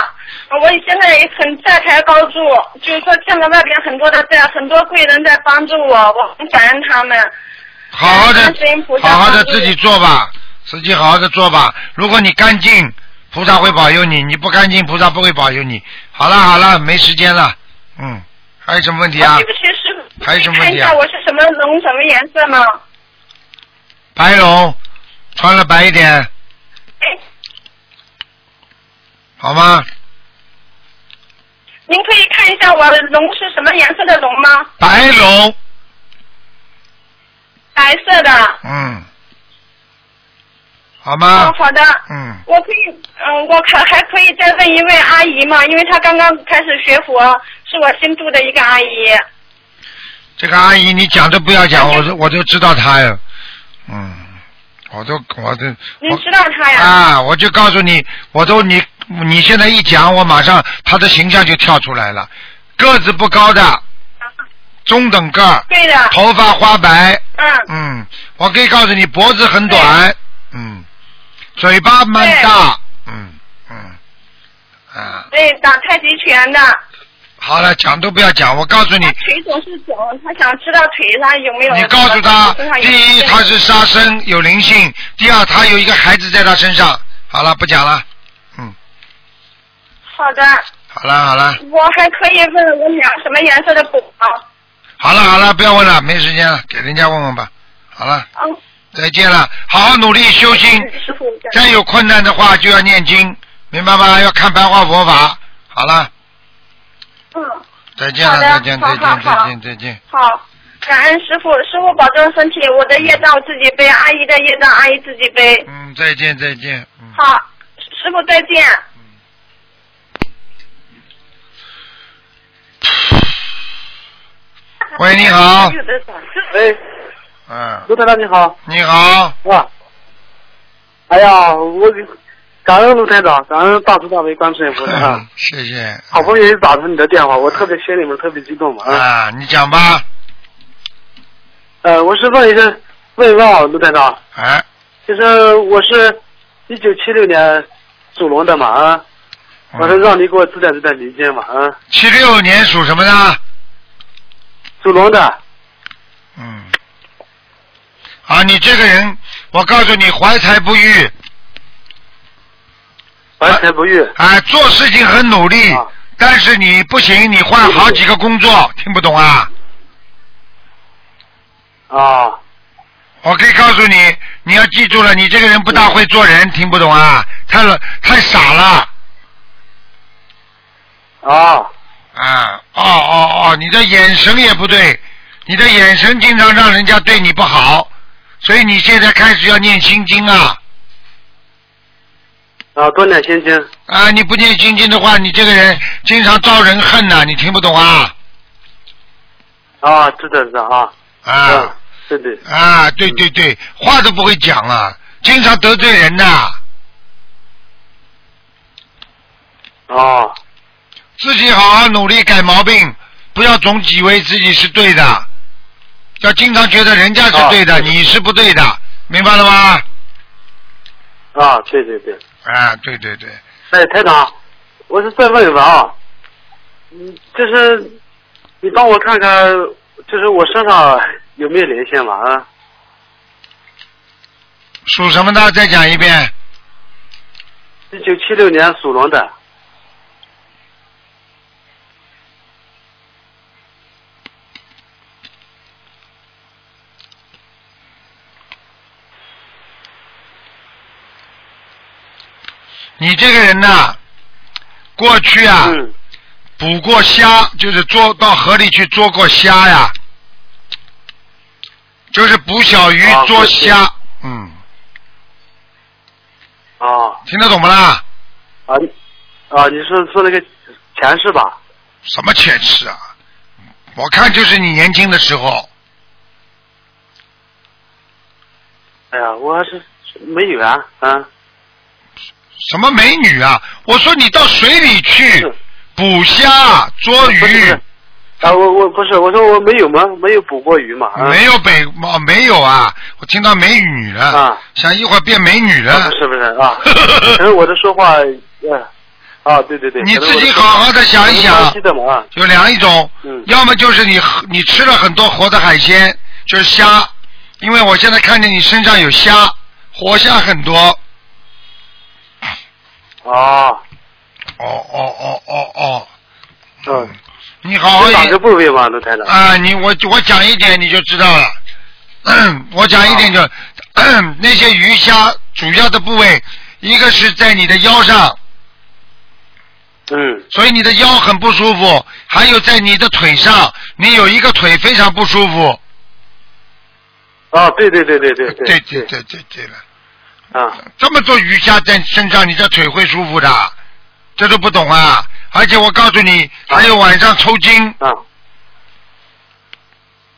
Speaker 5: 我现在也很债台高筑，就是说欠了外边很多的债，很多贵人在帮助我，我很感恩他们。
Speaker 1: 好好的
Speaker 5: 观世音菩，萨
Speaker 1: 好好的自己做吧，自己好好的做吧。如果你干净，菩萨会保佑你；你不干净，菩萨不会保佑你。好了好了，没时间了，嗯，还有什么问题啊
Speaker 5: 对？不起，师傅，
Speaker 1: 还有什么问
Speaker 5: 看一
Speaker 1: 题
Speaker 5: 下
Speaker 1: 啊？
Speaker 5: 我是什么龙什么颜色吗？
Speaker 1: 白龙，穿了白一点，
Speaker 5: 哎
Speaker 1: 好吗？
Speaker 5: 您可以看一下我的龙是什么颜色的龙吗？
Speaker 1: 白龙，
Speaker 5: 白色的。
Speaker 1: 嗯，好
Speaker 5: 哦
Speaker 1: 吗？，
Speaker 5: 好的。
Speaker 1: 嗯，
Speaker 5: 我可以，嗯，我可还可以再问一位阿姨嘛，因为她刚刚开始学佛，是我新住的一个阿姨。
Speaker 1: 这个阿姨你讲都不要讲，我都我都知道她呀，嗯，我都我都
Speaker 5: 您知道她呀？
Speaker 1: 哦啊，我就告诉你，我都你你现在一讲，我马上她的形象就跳出来了，个子不高的，
Speaker 5: 啊
Speaker 1: 中等个儿，
Speaker 5: 对的。
Speaker 1: 头发花白，
Speaker 5: 嗯，
Speaker 1: 啊嗯，我可以告诉你，脖子很短，嗯，嘴巴蛮大，嗯嗯，啊，
Speaker 5: 对，哎打太极拳的，
Speaker 1: 好了，讲都不要讲，我告诉你，
Speaker 5: 腿总是肿，她想知道腿上有没有。
Speaker 1: 嗯你告诉他，
Speaker 5: 身上有没有
Speaker 1: 第一他是杀生有灵性，第二他有一个孩子在他身上。好了，不讲了，
Speaker 5: 好的，
Speaker 1: 好了好了，
Speaker 5: 我还可以问我娘什么颜色的狗吗？
Speaker 1: 好了好了，不要问了，没时间了，给人家问问吧。好了，
Speaker 5: 嗯，
Speaker 1: 再见了，好好努力修心，
Speaker 5: 师傅，
Speaker 1: 再有困难的话就要念经，明白吗？要看白话佛法。好了，
Speaker 5: 嗯，
Speaker 1: 再见了，
Speaker 5: 好的
Speaker 1: 再见，
Speaker 5: 好
Speaker 1: 再见，
Speaker 5: 好
Speaker 1: 再
Speaker 5: 好
Speaker 1: 见，再见。
Speaker 5: 好，感恩师傅，师傅保重身体，我的业障我自己背，阿姨的业障阿姨自己背。
Speaker 1: 嗯，再见，再见。嗯
Speaker 5: 好，师傅再见。
Speaker 1: 喂，你好，
Speaker 4: 喂，
Speaker 1: 嗯，
Speaker 4: 哎卢台长你好，
Speaker 1: 你好，
Speaker 4: 哇，哎呀，我感恩卢台长，感恩大慈大悲观世音菩 萨，
Speaker 1: 嗯谢谢。
Speaker 4: 好不容易打通你的电话，我特别心里面特别激动嘛。啊，
Speaker 1: 啊，你讲吧，
Speaker 4: 呃，我是问一下，问一问啊，卢台长，
Speaker 1: 哎，
Speaker 4: 就是我是一九七六年属龙的嘛啊，
Speaker 1: 嗯
Speaker 7: 嗯
Speaker 9: 我说让你给我指点指点迷津吧，啊、
Speaker 1: 七六年属什么的？
Speaker 9: 属龙的。
Speaker 1: 嗯。啊，你这个人，我告诉你，怀才不遇。
Speaker 9: 怀才不遇。
Speaker 1: 啊，做事情很努力，
Speaker 9: 啊
Speaker 1: 但是你不行，你换好几个工作，听不懂啊？
Speaker 9: 啊，
Speaker 1: 我可以告诉你，你要记住了，你这个人不大会做人，听不懂啊？太了，太傻了。
Speaker 9: 啊。
Speaker 1: 啊，哦哦哦，你的眼神也不对，你的眼神经常让人家对你不好，所以你现在开始要念心经啊。
Speaker 9: 啊，多念心经。
Speaker 1: 啊，你不念心经的话，你这个人经常招人恨呐、你听不懂啊？
Speaker 9: 啊，知道知道啊。
Speaker 1: 啊。
Speaker 9: 嗯，是的。
Speaker 1: 啊，对对对，话都不会讲啊，经常得罪人呐、
Speaker 9: 哦，
Speaker 1: 自己好好努力改毛病，不要总以为自己是对的，要经常觉得人家是对的，你是不对的，明白了吗？
Speaker 9: 啊，对对对。
Speaker 1: 啊，对对对，
Speaker 9: 哎，台长，我是再问一问啊，嗯，就是你帮我看看，就是我身上有没有灵性吧啊？
Speaker 1: 属什么的？再讲一遍。
Speaker 9: 一九七六年属龙的，
Speaker 1: 你这个人呐、过去啊，
Speaker 9: 嗯
Speaker 1: 捕过虾，就是捉到河里去捉过虾呀，就是捕小鱼
Speaker 9: 啊
Speaker 1: 捉
Speaker 9: 过去
Speaker 1: 虾，嗯，
Speaker 9: 啊
Speaker 1: 听得懂不啦？
Speaker 9: 啊你啊！你说说那个前世吧？
Speaker 1: 什么前世啊？我看就是你年轻的时候，
Speaker 9: 哎呀，我还是没有啊，啊
Speaker 1: 什么美女啊？我说你到水里去捕虾、捉鱼，
Speaker 9: 啊！我我不是，我说我没有吗？没有捕过鱼嘛？啊、
Speaker 1: 没有北哦，没有啊！我听到美女了，想一会儿变美女了。
Speaker 9: 是不是 啊？可能我的说话，呃，啊，对对对，
Speaker 1: 你
Speaker 9: 可能
Speaker 1: 自
Speaker 9: 我
Speaker 1: 己
Speaker 9: 说
Speaker 1: 好好地想一想
Speaker 9: 我是江西的嘛啊，
Speaker 1: 有两一种，要么就是你喝你吃了很多活的海鲜，就是虾，因为我现在看见你身上有虾，活虾很多。
Speaker 9: 哦，
Speaker 1: 哦哦哦哦哦，
Speaker 9: 嗯，
Speaker 1: 你好好
Speaker 9: 是哪
Speaker 1: 也
Speaker 9: 个部位嘛，卢台长？
Speaker 1: 啊，你我我讲一点你就知道了。 我讲一点就， 那些鱼虾主要的部位，一个是在你的腰上，
Speaker 9: 嗯，
Speaker 1: 所以你的腰很不舒服；还有在你的腿上，你有一个腿非常不舒服。
Speaker 9: 啊，对对对对对对
Speaker 1: 对对对对对了，
Speaker 9: 啊，
Speaker 1: 这么多鱼虾在身上，你这腿会舒服的，这都不懂啊！而且我告诉你，还有晚上抽筋，
Speaker 9: 啊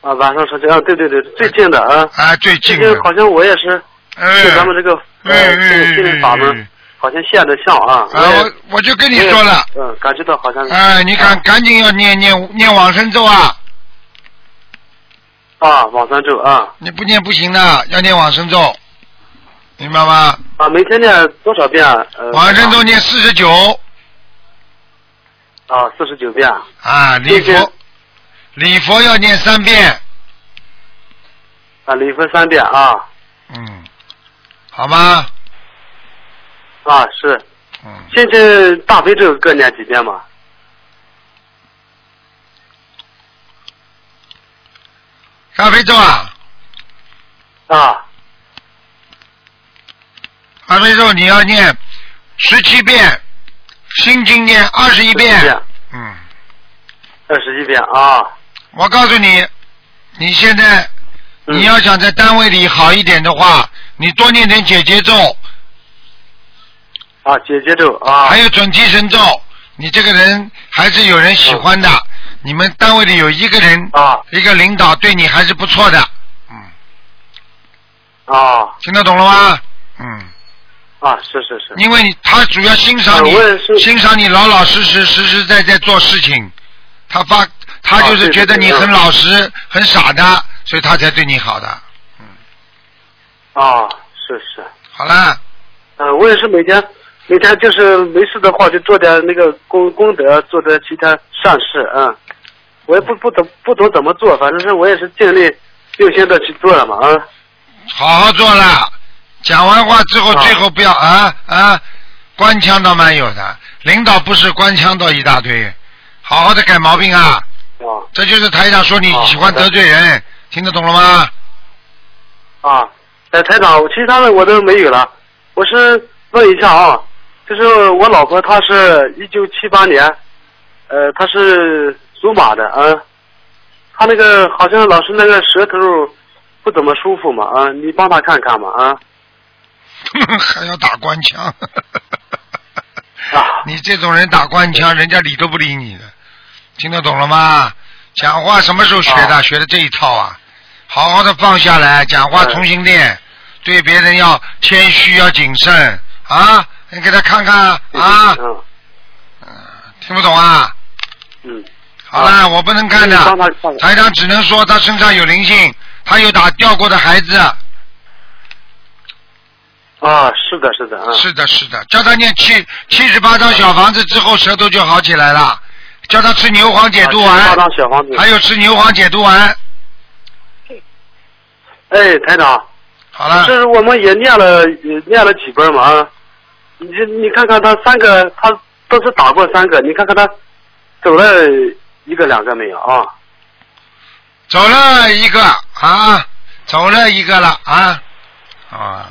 Speaker 9: 啊，晚上说这啊，对对对，最近的啊，
Speaker 1: 啊，最近的
Speaker 9: 好像我也是，
Speaker 1: 哎
Speaker 9: 对咱们这个呃
Speaker 1: 嗯
Speaker 9: 这个心灵法门，好像现的像啊，
Speaker 1: 啊
Speaker 9: 也
Speaker 1: 我我就跟你说了，
Speaker 9: 我也嗯，感觉到好像是，
Speaker 1: 哎，你赶赶紧要念念念往生咒啊！
Speaker 9: 啊，往三咒啊
Speaker 1: 你不念不行的，要念往生咒，明白吗？
Speaker 9: 啊，每天念多少遍？呃，
Speaker 1: 往生咒念四十九
Speaker 9: 啊，四十九遍。
Speaker 1: 啊，礼佛，礼佛要念三遍，
Speaker 9: 啊，离婚三遍啊
Speaker 1: 嗯，好吗？
Speaker 9: 啊是。
Speaker 1: 嗯。
Speaker 9: 现在大悲咒各念几遍嘛？
Speaker 1: 大悲咒啊，
Speaker 9: 啊
Speaker 1: 大悲咒你要念十七遍，心经念二十一
Speaker 9: 17
Speaker 1: 遍
Speaker 9: 遍。
Speaker 1: 嗯，
Speaker 9: 二十一遍啊
Speaker 1: 我告诉你，你现在
Speaker 9: 嗯
Speaker 1: 你要想在单位里好一点的话，你多念点解结咒，
Speaker 9: 啊姐姐咒啊
Speaker 1: 还有准提神咒，你这个人还是有人喜欢的。你们单位里有一个人，
Speaker 9: 啊、
Speaker 1: 一个领导对你还是不错的，
Speaker 9: 啊
Speaker 1: 听得懂了吗？嗯，
Speaker 9: 啊是是是。
Speaker 1: 因为你他主要欣赏你
Speaker 9: 啊我也，是
Speaker 1: 欣赏你老老实实、实实在在做事情，他发他就
Speaker 9: 啊
Speaker 1: 是
Speaker 9: 对
Speaker 1: 觉得
Speaker 9: 对对
Speaker 1: 你很
Speaker 9: 嗯
Speaker 1: 老实、很傻的，所以他才对你好的。
Speaker 9: 啊是是。
Speaker 1: 好啦，
Speaker 9: 呃嗯、我也是每天每天就是没事的话，就做点那个功功德，做点其他善事啊、嗯。我也不不懂不懂怎么做，反正是我也是尽力用心的去做了嘛啊。嗯
Speaker 1: 好好做了。讲完话之后，最后不要啊啊，官腔倒蛮有的，领导不是官腔倒一大堆，好好的改毛病啊。
Speaker 9: 啊
Speaker 1: 这就是台长说你喜欢得罪人，听得懂了吗？
Speaker 9: 啊，哎，台长，其他的我都没有了。我是问一下啊，就是我老婆她是一九七八年，呃，她是属马的啊，嗯她那个好像老是那个舌头不怎么舒服嘛啊，你帮她看看嘛啊。
Speaker 1: 还要打官腔，
Speaker 9: 啊
Speaker 1: 你这种人打官腔，人家理都不理你的，听得懂了吗？讲话什么时候学的？学的这一套啊，好好的放下来，讲话重新练，对别人要谦虚，要谨慎啊！你给他看看啊啊，
Speaker 9: 嗯
Speaker 1: 听不懂啊？
Speaker 9: 嗯，
Speaker 1: 好了，我不能看的，台长只能说他身上有灵性，他有打掉过的孩子，
Speaker 9: 啊，是的，是的啊。
Speaker 1: 是的，是的，叫他念七七十八张小房子之后，舌头就好起来了。叫他吃牛黄解毒丸，
Speaker 9: 啊八张小房子。
Speaker 1: 还有吃牛黄解毒丸。
Speaker 9: 哎，台长。
Speaker 1: 好了。
Speaker 9: 这是我们也念了，也念了几本嘛啊。你这你看看他三个，他都是打过三个，你看看他走了一个两个没有啊？
Speaker 1: 走了一个啊，走了一个了啊啊。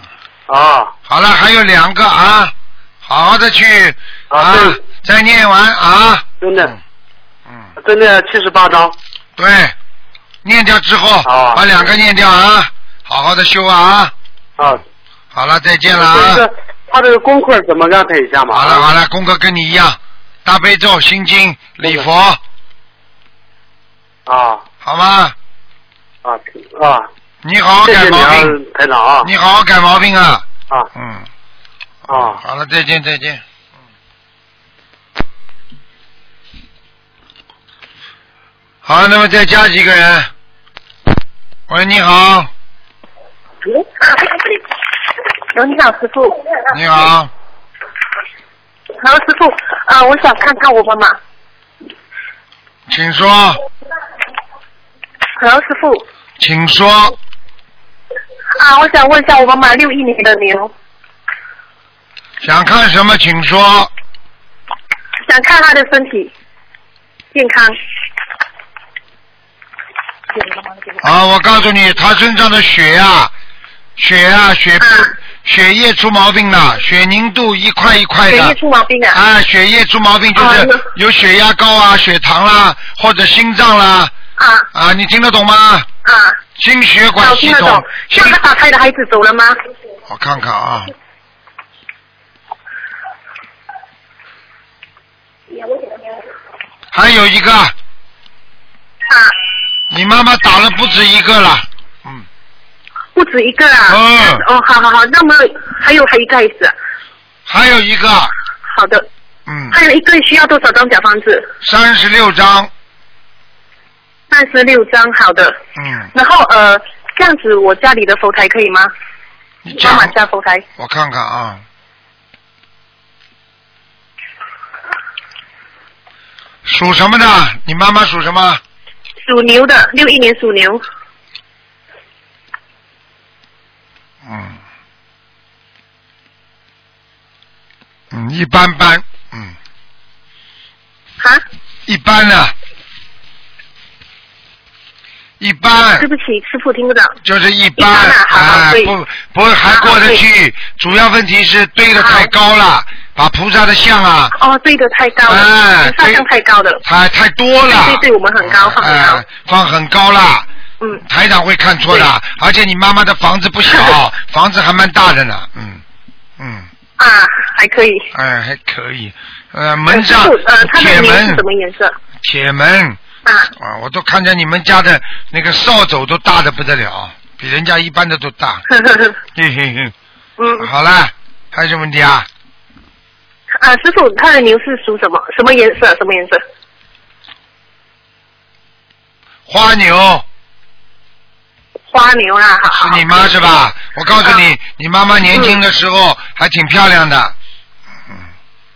Speaker 9: 啊。
Speaker 1: 好了，还有两个啊，好好的去啊，再念完啊。
Speaker 9: 真的。嗯。真的七十八张。
Speaker 1: 对，念掉之后，
Speaker 9: 啊
Speaker 1: 把两个念掉啊，好好的修啊。
Speaker 9: 啊。
Speaker 1: 好了，再见了啊。
Speaker 9: 这个他这个功课怎么安排一下嘛？啊
Speaker 1: 好了好了，功课跟你一样，大悲咒、心经、礼佛，
Speaker 9: 嗯啊
Speaker 1: 好吗？
Speaker 9: 啊啊！
Speaker 1: 你好好
Speaker 9: 谢
Speaker 1: 改
Speaker 9: 谢你
Speaker 1: 毛
Speaker 9: 啊
Speaker 1: 病，，
Speaker 9: 台长啊。
Speaker 1: 你好好改毛病啊！
Speaker 9: 啊。
Speaker 1: 嗯。
Speaker 9: 啊。
Speaker 1: 好了，再见再见。好，那么再加几个人。喂，你好，
Speaker 5: 刘嗯你好，师傅。
Speaker 1: 你好，
Speaker 5: 然后师傅，啊、我想看看我妈妈。
Speaker 1: 请说，
Speaker 5: 然后师傅，
Speaker 1: 请说，
Speaker 5: 啊，我想问一下我妈妈六一年的牛，
Speaker 1: 想看什么请说。
Speaker 5: 想看她的身体健康。
Speaker 1: 啊，我告诉你，他身上的血呀、血呀、
Speaker 5: 啊
Speaker 1: 血血液出毛病了，血凝度一块一块的。
Speaker 5: 血液出毛病啊。哦
Speaker 1: 啊，血液出毛病就是有血压高啊、血糖啦，或者心脏啦。
Speaker 5: 啊。
Speaker 1: 啊，你听得懂吗？
Speaker 5: 啊。
Speaker 1: 心血
Speaker 5: 啊
Speaker 1: 管
Speaker 5: 我
Speaker 1: 系
Speaker 5: 听得
Speaker 1: 统。
Speaker 5: 懂。像她打胎的孩子走了吗？
Speaker 1: 我看看啊，还有一个。啊。你妈妈打了不止一个了，
Speaker 5: 不止一个啊。
Speaker 1: 嗯。
Speaker 5: 哦，好好好，那么还有还有一个孩子。
Speaker 1: 还有一个。
Speaker 5: 好的。
Speaker 1: 嗯。
Speaker 5: 还有一个需要多少张小房子？
Speaker 1: 三十六张。
Speaker 5: 三十六张，好的。
Speaker 1: 嗯，
Speaker 5: 然后呃，这样子我家里的佛台可以吗？妈妈家佛台。
Speaker 1: 我看看啊。属什么的？你妈妈属什么？
Speaker 5: 属牛的，六一年属牛。
Speaker 1: 嗯，嗯，一般般，嗯。
Speaker 5: 啊？
Speaker 1: 一般呢、一般
Speaker 5: 对不起，师傅听不到。
Speaker 1: 就是一般，
Speaker 5: 啊
Speaker 1: 哎，不不还过得去。主要问题是堆的太高了，把菩萨的像啊，
Speaker 5: 哦，对的，太高了，
Speaker 1: 哎
Speaker 5: 上相太高了。
Speaker 1: 太太多了，
Speaker 5: 对对对，我们很高，放很高。
Speaker 1: 哎，放很高了。
Speaker 5: 嗯。
Speaker 1: 台长会看错的，而且你妈妈的房子不 小，房子还蛮大的呢，嗯嗯，
Speaker 5: 啊，还可以。
Speaker 1: 哎，还可以。呃，门上
Speaker 5: 师傅呃，它
Speaker 1: 铁
Speaker 5: 的牛
Speaker 1: 门
Speaker 5: 是什么颜色？
Speaker 1: 铁门。
Speaker 5: 啊。
Speaker 1: 我都看见你们家的那个扫帚都大的不得了，比人家一般的都大。嘿嘿嘿。
Speaker 5: 嗯。
Speaker 1: 好了，还有什么问题啊？
Speaker 5: 啊，师傅，它的牛是属什么？什么颜色？什么颜色？
Speaker 1: 花牛
Speaker 5: 花牛啊，好
Speaker 1: 是你妈是吧？我告诉你，你妈妈年轻的时候还挺漂亮的。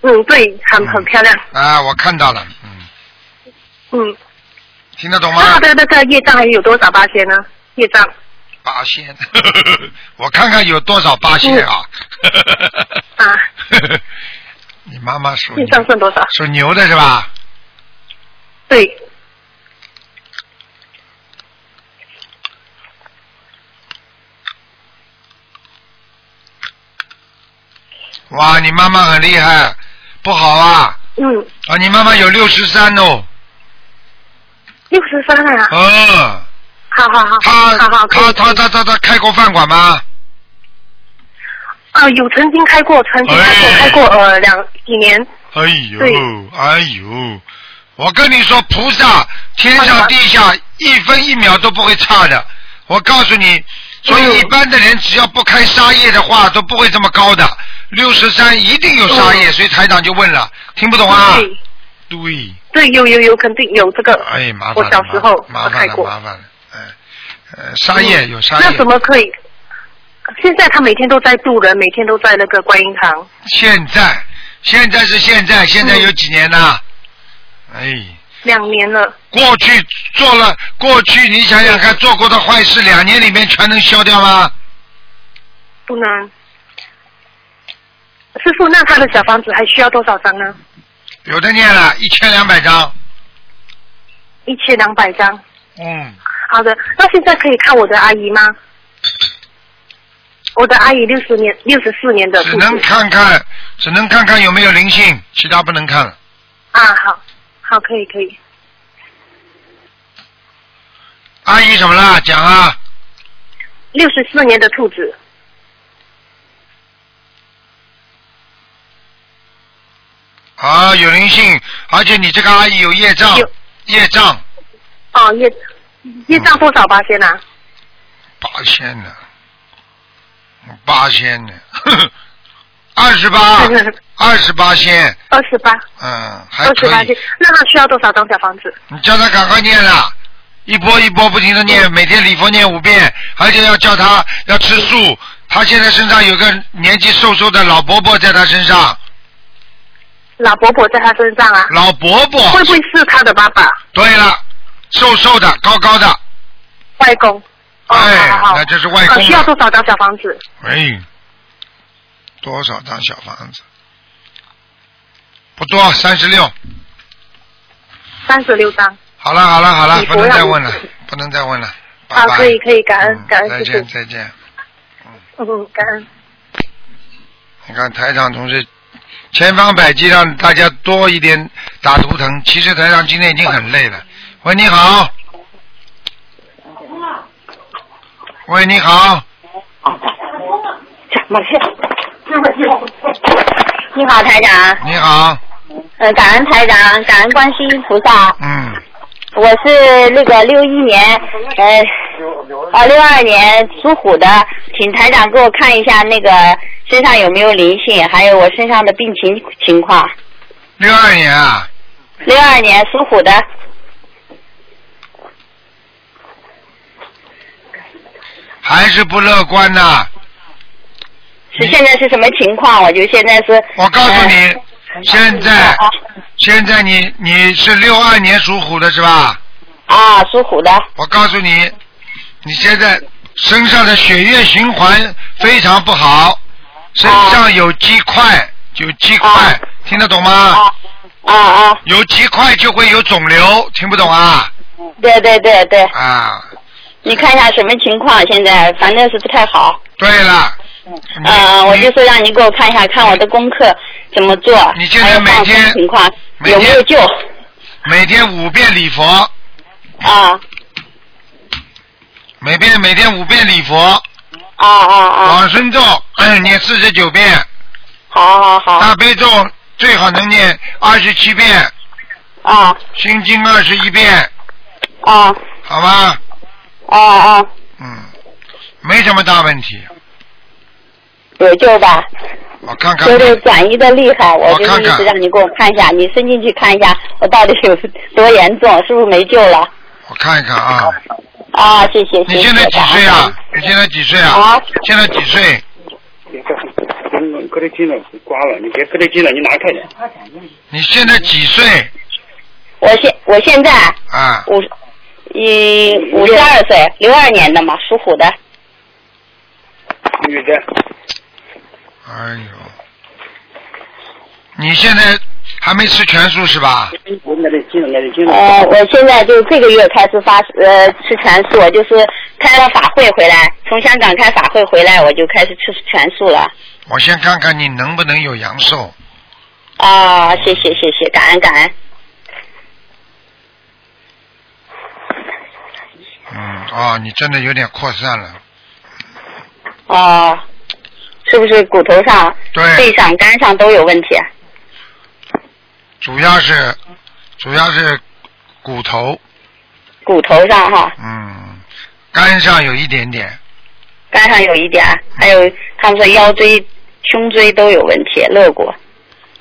Speaker 5: 嗯，对，很很漂亮。
Speaker 1: 啊，我看到了，
Speaker 5: 嗯，
Speaker 1: 听得懂
Speaker 5: 那
Speaker 1: 吗
Speaker 5: 他？的那个业障还有多少八千呢？业障
Speaker 1: 八仙， 我看看有多少八仙啊！
Speaker 5: 啊，
Speaker 1: 你妈妈属
Speaker 5: 业障剩多少？
Speaker 1: 属牛的是吧？
Speaker 5: 对，
Speaker 1: 哇，你妈妈很厉害，不好啊！
Speaker 5: 嗯。
Speaker 1: 啊，你妈妈有六十三哦。
Speaker 5: 六十三啊。
Speaker 1: 嗯。
Speaker 5: 好好好，好好，可
Speaker 1: 他他
Speaker 5: 以。
Speaker 1: 他他他开过饭馆吗？
Speaker 5: 啊，有曾经开过，曾经开过，开过呃两几年。
Speaker 1: 哎呦
Speaker 5: 对，
Speaker 1: 哎呦，我跟你说，菩萨天上地下一分一秒都不会差的。我告诉
Speaker 5: 嗯
Speaker 1: 你，所以一般的人只要不开杀业的话，都不会这么高的。六十三一定有杀业，所以台长就问了，听不懂啊？
Speaker 5: 嗯对
Speaker 1: 对，
Speaker 5: 对，有有有，肯定有这个。
Speaker 1: 哎，麻烦
Speaker 5: 我
Speaker 1: 了，
Speaker 5: 小时候
Speaker 1: 麻
Speaker 5: 开
Speaker 1: 烦了，
Speaker 5: 过。嗯
Speaker 1: 麻烦了，哎，呃，杀业有杀
Speaker 5: 那
Speaker 1: 业
Speaker 5: 怎，么可以？现在他每天都在渡人，每天都在那个观音堂。
Speaker 1: 现在现在是现在，现在有几年呐？哎。
Speaker 5: 两年了。
Speaker 1: 过去做了，过去你想想看，做过的坏事，两年里面全能消掉吗？
Speaker 5: 不能。师傅，那他的小房子还需要多少张啊呢？
Speaker 1: 有的念了一千两百张，
Speaker 5: 一千两百张。
Speaker 1: 嗯，
Speaker 5: 好的，那现在可以看我的阿姨吗？我的阿姨六十年，六十四年的。
Speaker 1: 只能看看，只能看看有没有灵性，其他不能看了。
Speaker 5: 啊，好，好，可以，可以。
Speaker 1: 阿姨什么啦？讲啊，
Speaker 5: 六十四年的兔子，
Speaker 1: 啊，有灵性，而且你这个阿姨有业障，业障
Speaker 5: 哦，业
Speaker 1: 嗯
Speaker 5: 业障多少八仙啊？
Speaker 1: 八仙呢，八仙呢， 二十 八，二十八仙，
Speaker 5: 二十八，
Speaker 1: 嗯，还
Speaker 5: 二
Speaker 1: 可
Speaker 5: 十八
Speaker 1: 以。
Speaker 5: 仙。那他需要多少张小房子？
Speaker 1: 你叫他赶快念啦，一波一波不停的
Speaker 5: 嗯
Speaker 1: 念，每天礼佛念五遍，而且要叫他要吃素。他现在身上有个年纪瘦瘦的老伯伯在他身上，
Speaker 5: 老伯伯在他身上啊？
Speaker 1: 老伯伯
Speaker 5: 会不会是他的爸爸？
Speaker 1: 对了，瘦瘦的，高高的，
Speaker 5: 外公？哦，好好好。
Speaker 1: 哎那就是外公
Speaker 5: 呃
Speaker 1: 了
Speaker 5: 需要多少张小房子？
Speaker 1: 哎，多少张小房子？不多，三十六。
Speaker 5: 三十六张。
Speaker 1: 好了好了好了，
Speaker 5: 你
Speaker 1: 不
Speaker 5: 不要
Speaker 1: 能再问了，不能再问了，拜
Speaker 5: 啊，
Speaker 1: 拜
Speaker 5: 可。以可以，感恩感
Speaker 1: 再
Speaker 5: 恩师
Speaker 1: 见
Speaker 5: 傅，
Speaker 1: 再见。
Speaker 5: 嗯，感恩。
Speaker 1: 你看台长同事千方百计让大家多一点打图腾，其实台长今天已经很累了。喂，你好。喂，你好。
Speaker 7: 你好，台长，
Speaker 1: 你好，
Speaker 5: 嗯
Speaker 7: 呃，感恩台长，感恩观世音菩萨。
Speaker 1: 嗯。
Speaker 7: 我是那个六一年，呃，啊六二年属虎的，请台长给我看一下那个身上有没有灵性，还有我身上的病情情况。
Speaker 1: 六二年啊，
Speaker 7: 六二年属虎的，
Speaker 1: 还是不乐观呐、
Speaker 7: 是现在是什么情况？我就现在是。啊
Speaker 1: 我告诉你，现在现在你你是六二年属虎的是吧？
Speaker 7: 啊，属虎的。
Speaker 1: 我告诉你，你现在身上的血液循环非常不好，身上有积块，有积块，听得懂吗？
Speaker 7: 啊啊。
Speaker 1: 有积块就会有肿瘤，听不懂啊？
Speaker 7: 对对对对，
Speaker 1: 啊，
Speaker 7: 你看一下什么情况？现在反正是不太好。
Speaker 1: 对了，嗯
Speaker 7: 呃，啊我就是让你给我看一下，看我的功课怎么做，
Speaker 1: 你现在每
Speaker 7: 还有放生
Speaker 1: 天
Speaker 7: 情况
Speaker 1: 每
Speaker 7: 有没有
Speaker 1: 天
Speaker 7: 救
Speaker 1: 每天五遍礼佛，
Speaker 7: 啊？
Speaker 1: 每遍每天五遍礼佛。
Speaker 7: 啊啊啊！啊
Speaker 1: 往生咒，嗯，念四十九遍。
Speaker 7: 好好好。
Speaker 1: 大悲咒最好能念二十七遍。
Speaker 7: 啊。
Speaker 1: 心经二十一遍。
Speaker 7: 啊。
Speaker 1: 好吧。
Speaker 7: 啊啊。
Speaker 1: 嗯，没什么大问题，
Speaker 7: 有救吧？
Speaker 1: 我看看
Speaker 7: 有。点转移的厉害，我
Speaker 1: 我
Speaker 7: 就是
Speaker 1: 看
Speaker 7: 一
Speaker 1: 看
Speaker 7: 直让你给我看一下，你伸进去看一下，我到底有多严重，是不是没救了？
Speaker 1: 我看一看啊。
Speaker 7: 啊，谢谢谢谢。
Speaker 1: 你现在几岁啊？你现在几岁啊？现在几岁？
Speaker 11: 能搁这近了，刮了，你别搁这近了，你拿开点。
Speaker 1: 你现在几岁？
Speaker 7: 我现我现在
Speaker 1: 啊，
Speaker 7: 五一五十二岁，六二年的嘛，属虎的。
Speaker 11: 女的，
Speaker 1: 哎呦，你现在还没吃全素是吧？
Speaker 11: 我挨这近了，挨这
Speaker 4: 嗯
Speaker 11: 近了。
Speaker 7: 呃，我现在就这个月开始发呃吃全素，我就是开了法会回来，从香港开法会回来，我就开始吃全素了。
Speaker 1: 我先看看你能不能有阳寿。
Speaker 7: 啊，谢谢谢谢，感恩感恩。
Speaker 1: 嗯，哦，你真的有点扩散了。
Speaker 7: 啊，是不是骨头上、
Speaker 1: 对
Speaker 7: 背上、肝上都有问题？啊
Speaker 1: 主要是主要是骨头，
Speaker 7: 骨头上哈，
Speaker 1: 嗯，肝上有一点点，
Speaker 7: 肝上有一点，啊还有他们说腰椎、胸椎都有问题，肋骨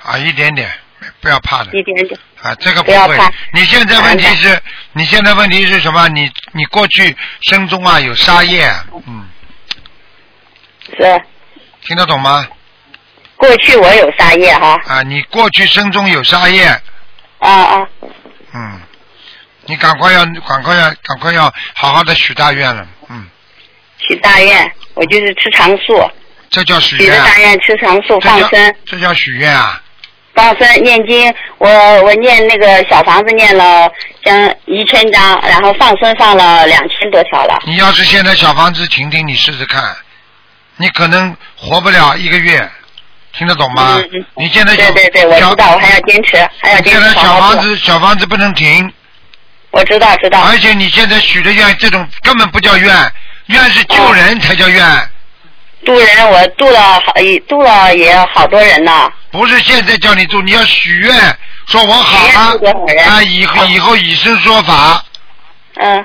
Speaker 1: 啊，一点点，不要怕的
Speaker 7: 一点点。
Speaker 1: 啊，这个
Speaker 7: 不要
Speaker 1: 会
Speaker 7: 怕。
Speaker 1: 你现在问题是，你现在问题是什么？你你过去生中啊有沙叶，嗯，
Speaker 7: 是
Speaker 1: 听得懂吗？
Speaker 7: 过去我有沙叶哈，
Speaker 1: 啊，你过去生中有沙叶，
Speaker 7: 啊啊，
Speaker 1: 嗯，你赶快要赶快要赶快要好好的许大愿了，嗯，
Speaker 7: 许大愿，我就是吃长素，
Speaker 1: 这叫许
Speaker 7: 许的
Speaker 1: 愿啊，啊
Speaker 7: 大愿吃长素，放生，
Speaker 1: 这叫许愿啊。
Speaker 7: 放生念经，我我念那个小房子念了将一千张，然后放生放了两千多条了。
Speaker 1: 你要是现在小房子停停，你试试看，你可能活不了一个月，听得懂吗？你现在小
Speaker 7: 嗯对对对，我知道，我还要坚持，还要
Speaker 1: 你
Speaker 7: 坚
Speaker 1: 现
Speaker 7: 持
Speaker 1: 在小
Speaker 7: 房
Speaker 1: 房子小房子不能停。
Speaker 7: 我知道知道。
Speaker 1: 而且你现在许的愿，这种根本不叫愿，愿是救人才叫愿，
Speaker 7: 渡人，我渡了好哎渡了也好多人呢。
Speaker 1: 不是现在叫你做，你要许愿，说我好了，啊，以后以后以身说法，
Speaker 7: 嗯，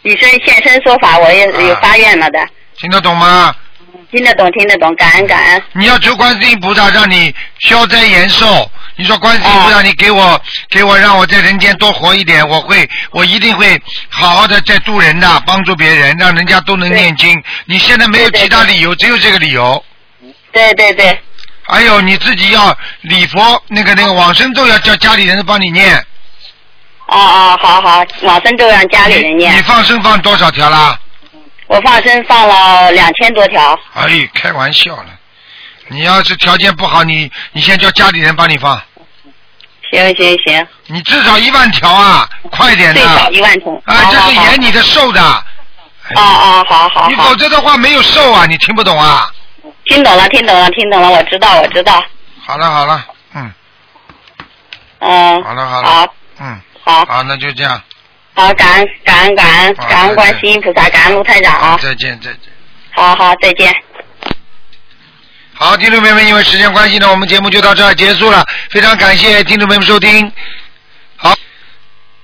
Speaker 7: 以身现身说法，我也
Speaker 1: 啊
Speaker 7: 有发愿了的，
Speaker 1: 听得懂吗？
Speaker 7: 听得懂听得懂，感恩感恩。
Speaker 1: 你要求观世音菩萨让你消灾延寿。你说观世音菩萨，你给我给我让我在人间多活一点，我会我一定会好好的在度人的，帮助别人，让人家都能念经。你现在没有其他理由，只有这个理由。
Speaker 7: 对对对。
Speaker 1: 还有你自己要礼佛那个那个往生咒要叫家里人帮你念。
Speaker 7: 啊啊，好好，往生咒让家里人念
Speaker 1: 你。放生放多少条啦？
Speaker 7: 我放生放了两千多条，
Speaker 1: 哎，开玩笑了。你要是条件不好，你你先叫家里人帮你放，
Speaker 7: 行行行，
Speaker 1: 你至少一万条啊，快点的。
Speaker 7: 最少一万条。
Speaker 1: 啊，这是演你的寿的。啊
Speaker 7: 啊，好好。
Speaker 1: 你否则的话没有寿啊，你听不懂啊？
Speaker 7: 听懂了听懂了听懂了，我知道我知道，
Speaker 1: 好了好了，嗯，
Speaker 7: 嗯，
Speaker 1: 好了好了，
Speaker 7: 好
Speaker 1: 嗯，
Speaker 7: 好，
Speaker 1: 好，那就这样，
Speaker 7: 好，感恩感恩感恩
Speaker 1: 好
Speaker 7: 感恩观世音菩萨，感恩卢台长啊，
Speaker 1: 再见再见。
Speaker 7: 好好再见。
Speaker 1: 好，听众朋友们，因为时间关系呢，我们节目就到这儿结束了。非常感谢听众朋友们收听。好，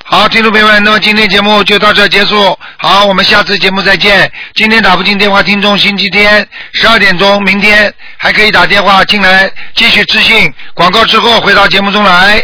Speaker 1: 好，听众朋友们，那么今天节目就到这儿结束。好，我们下次节目再见。今天打不进电话，听众星期天十二点钟，明天还可以打电话进来继续咨询。广告之后回到节目中来。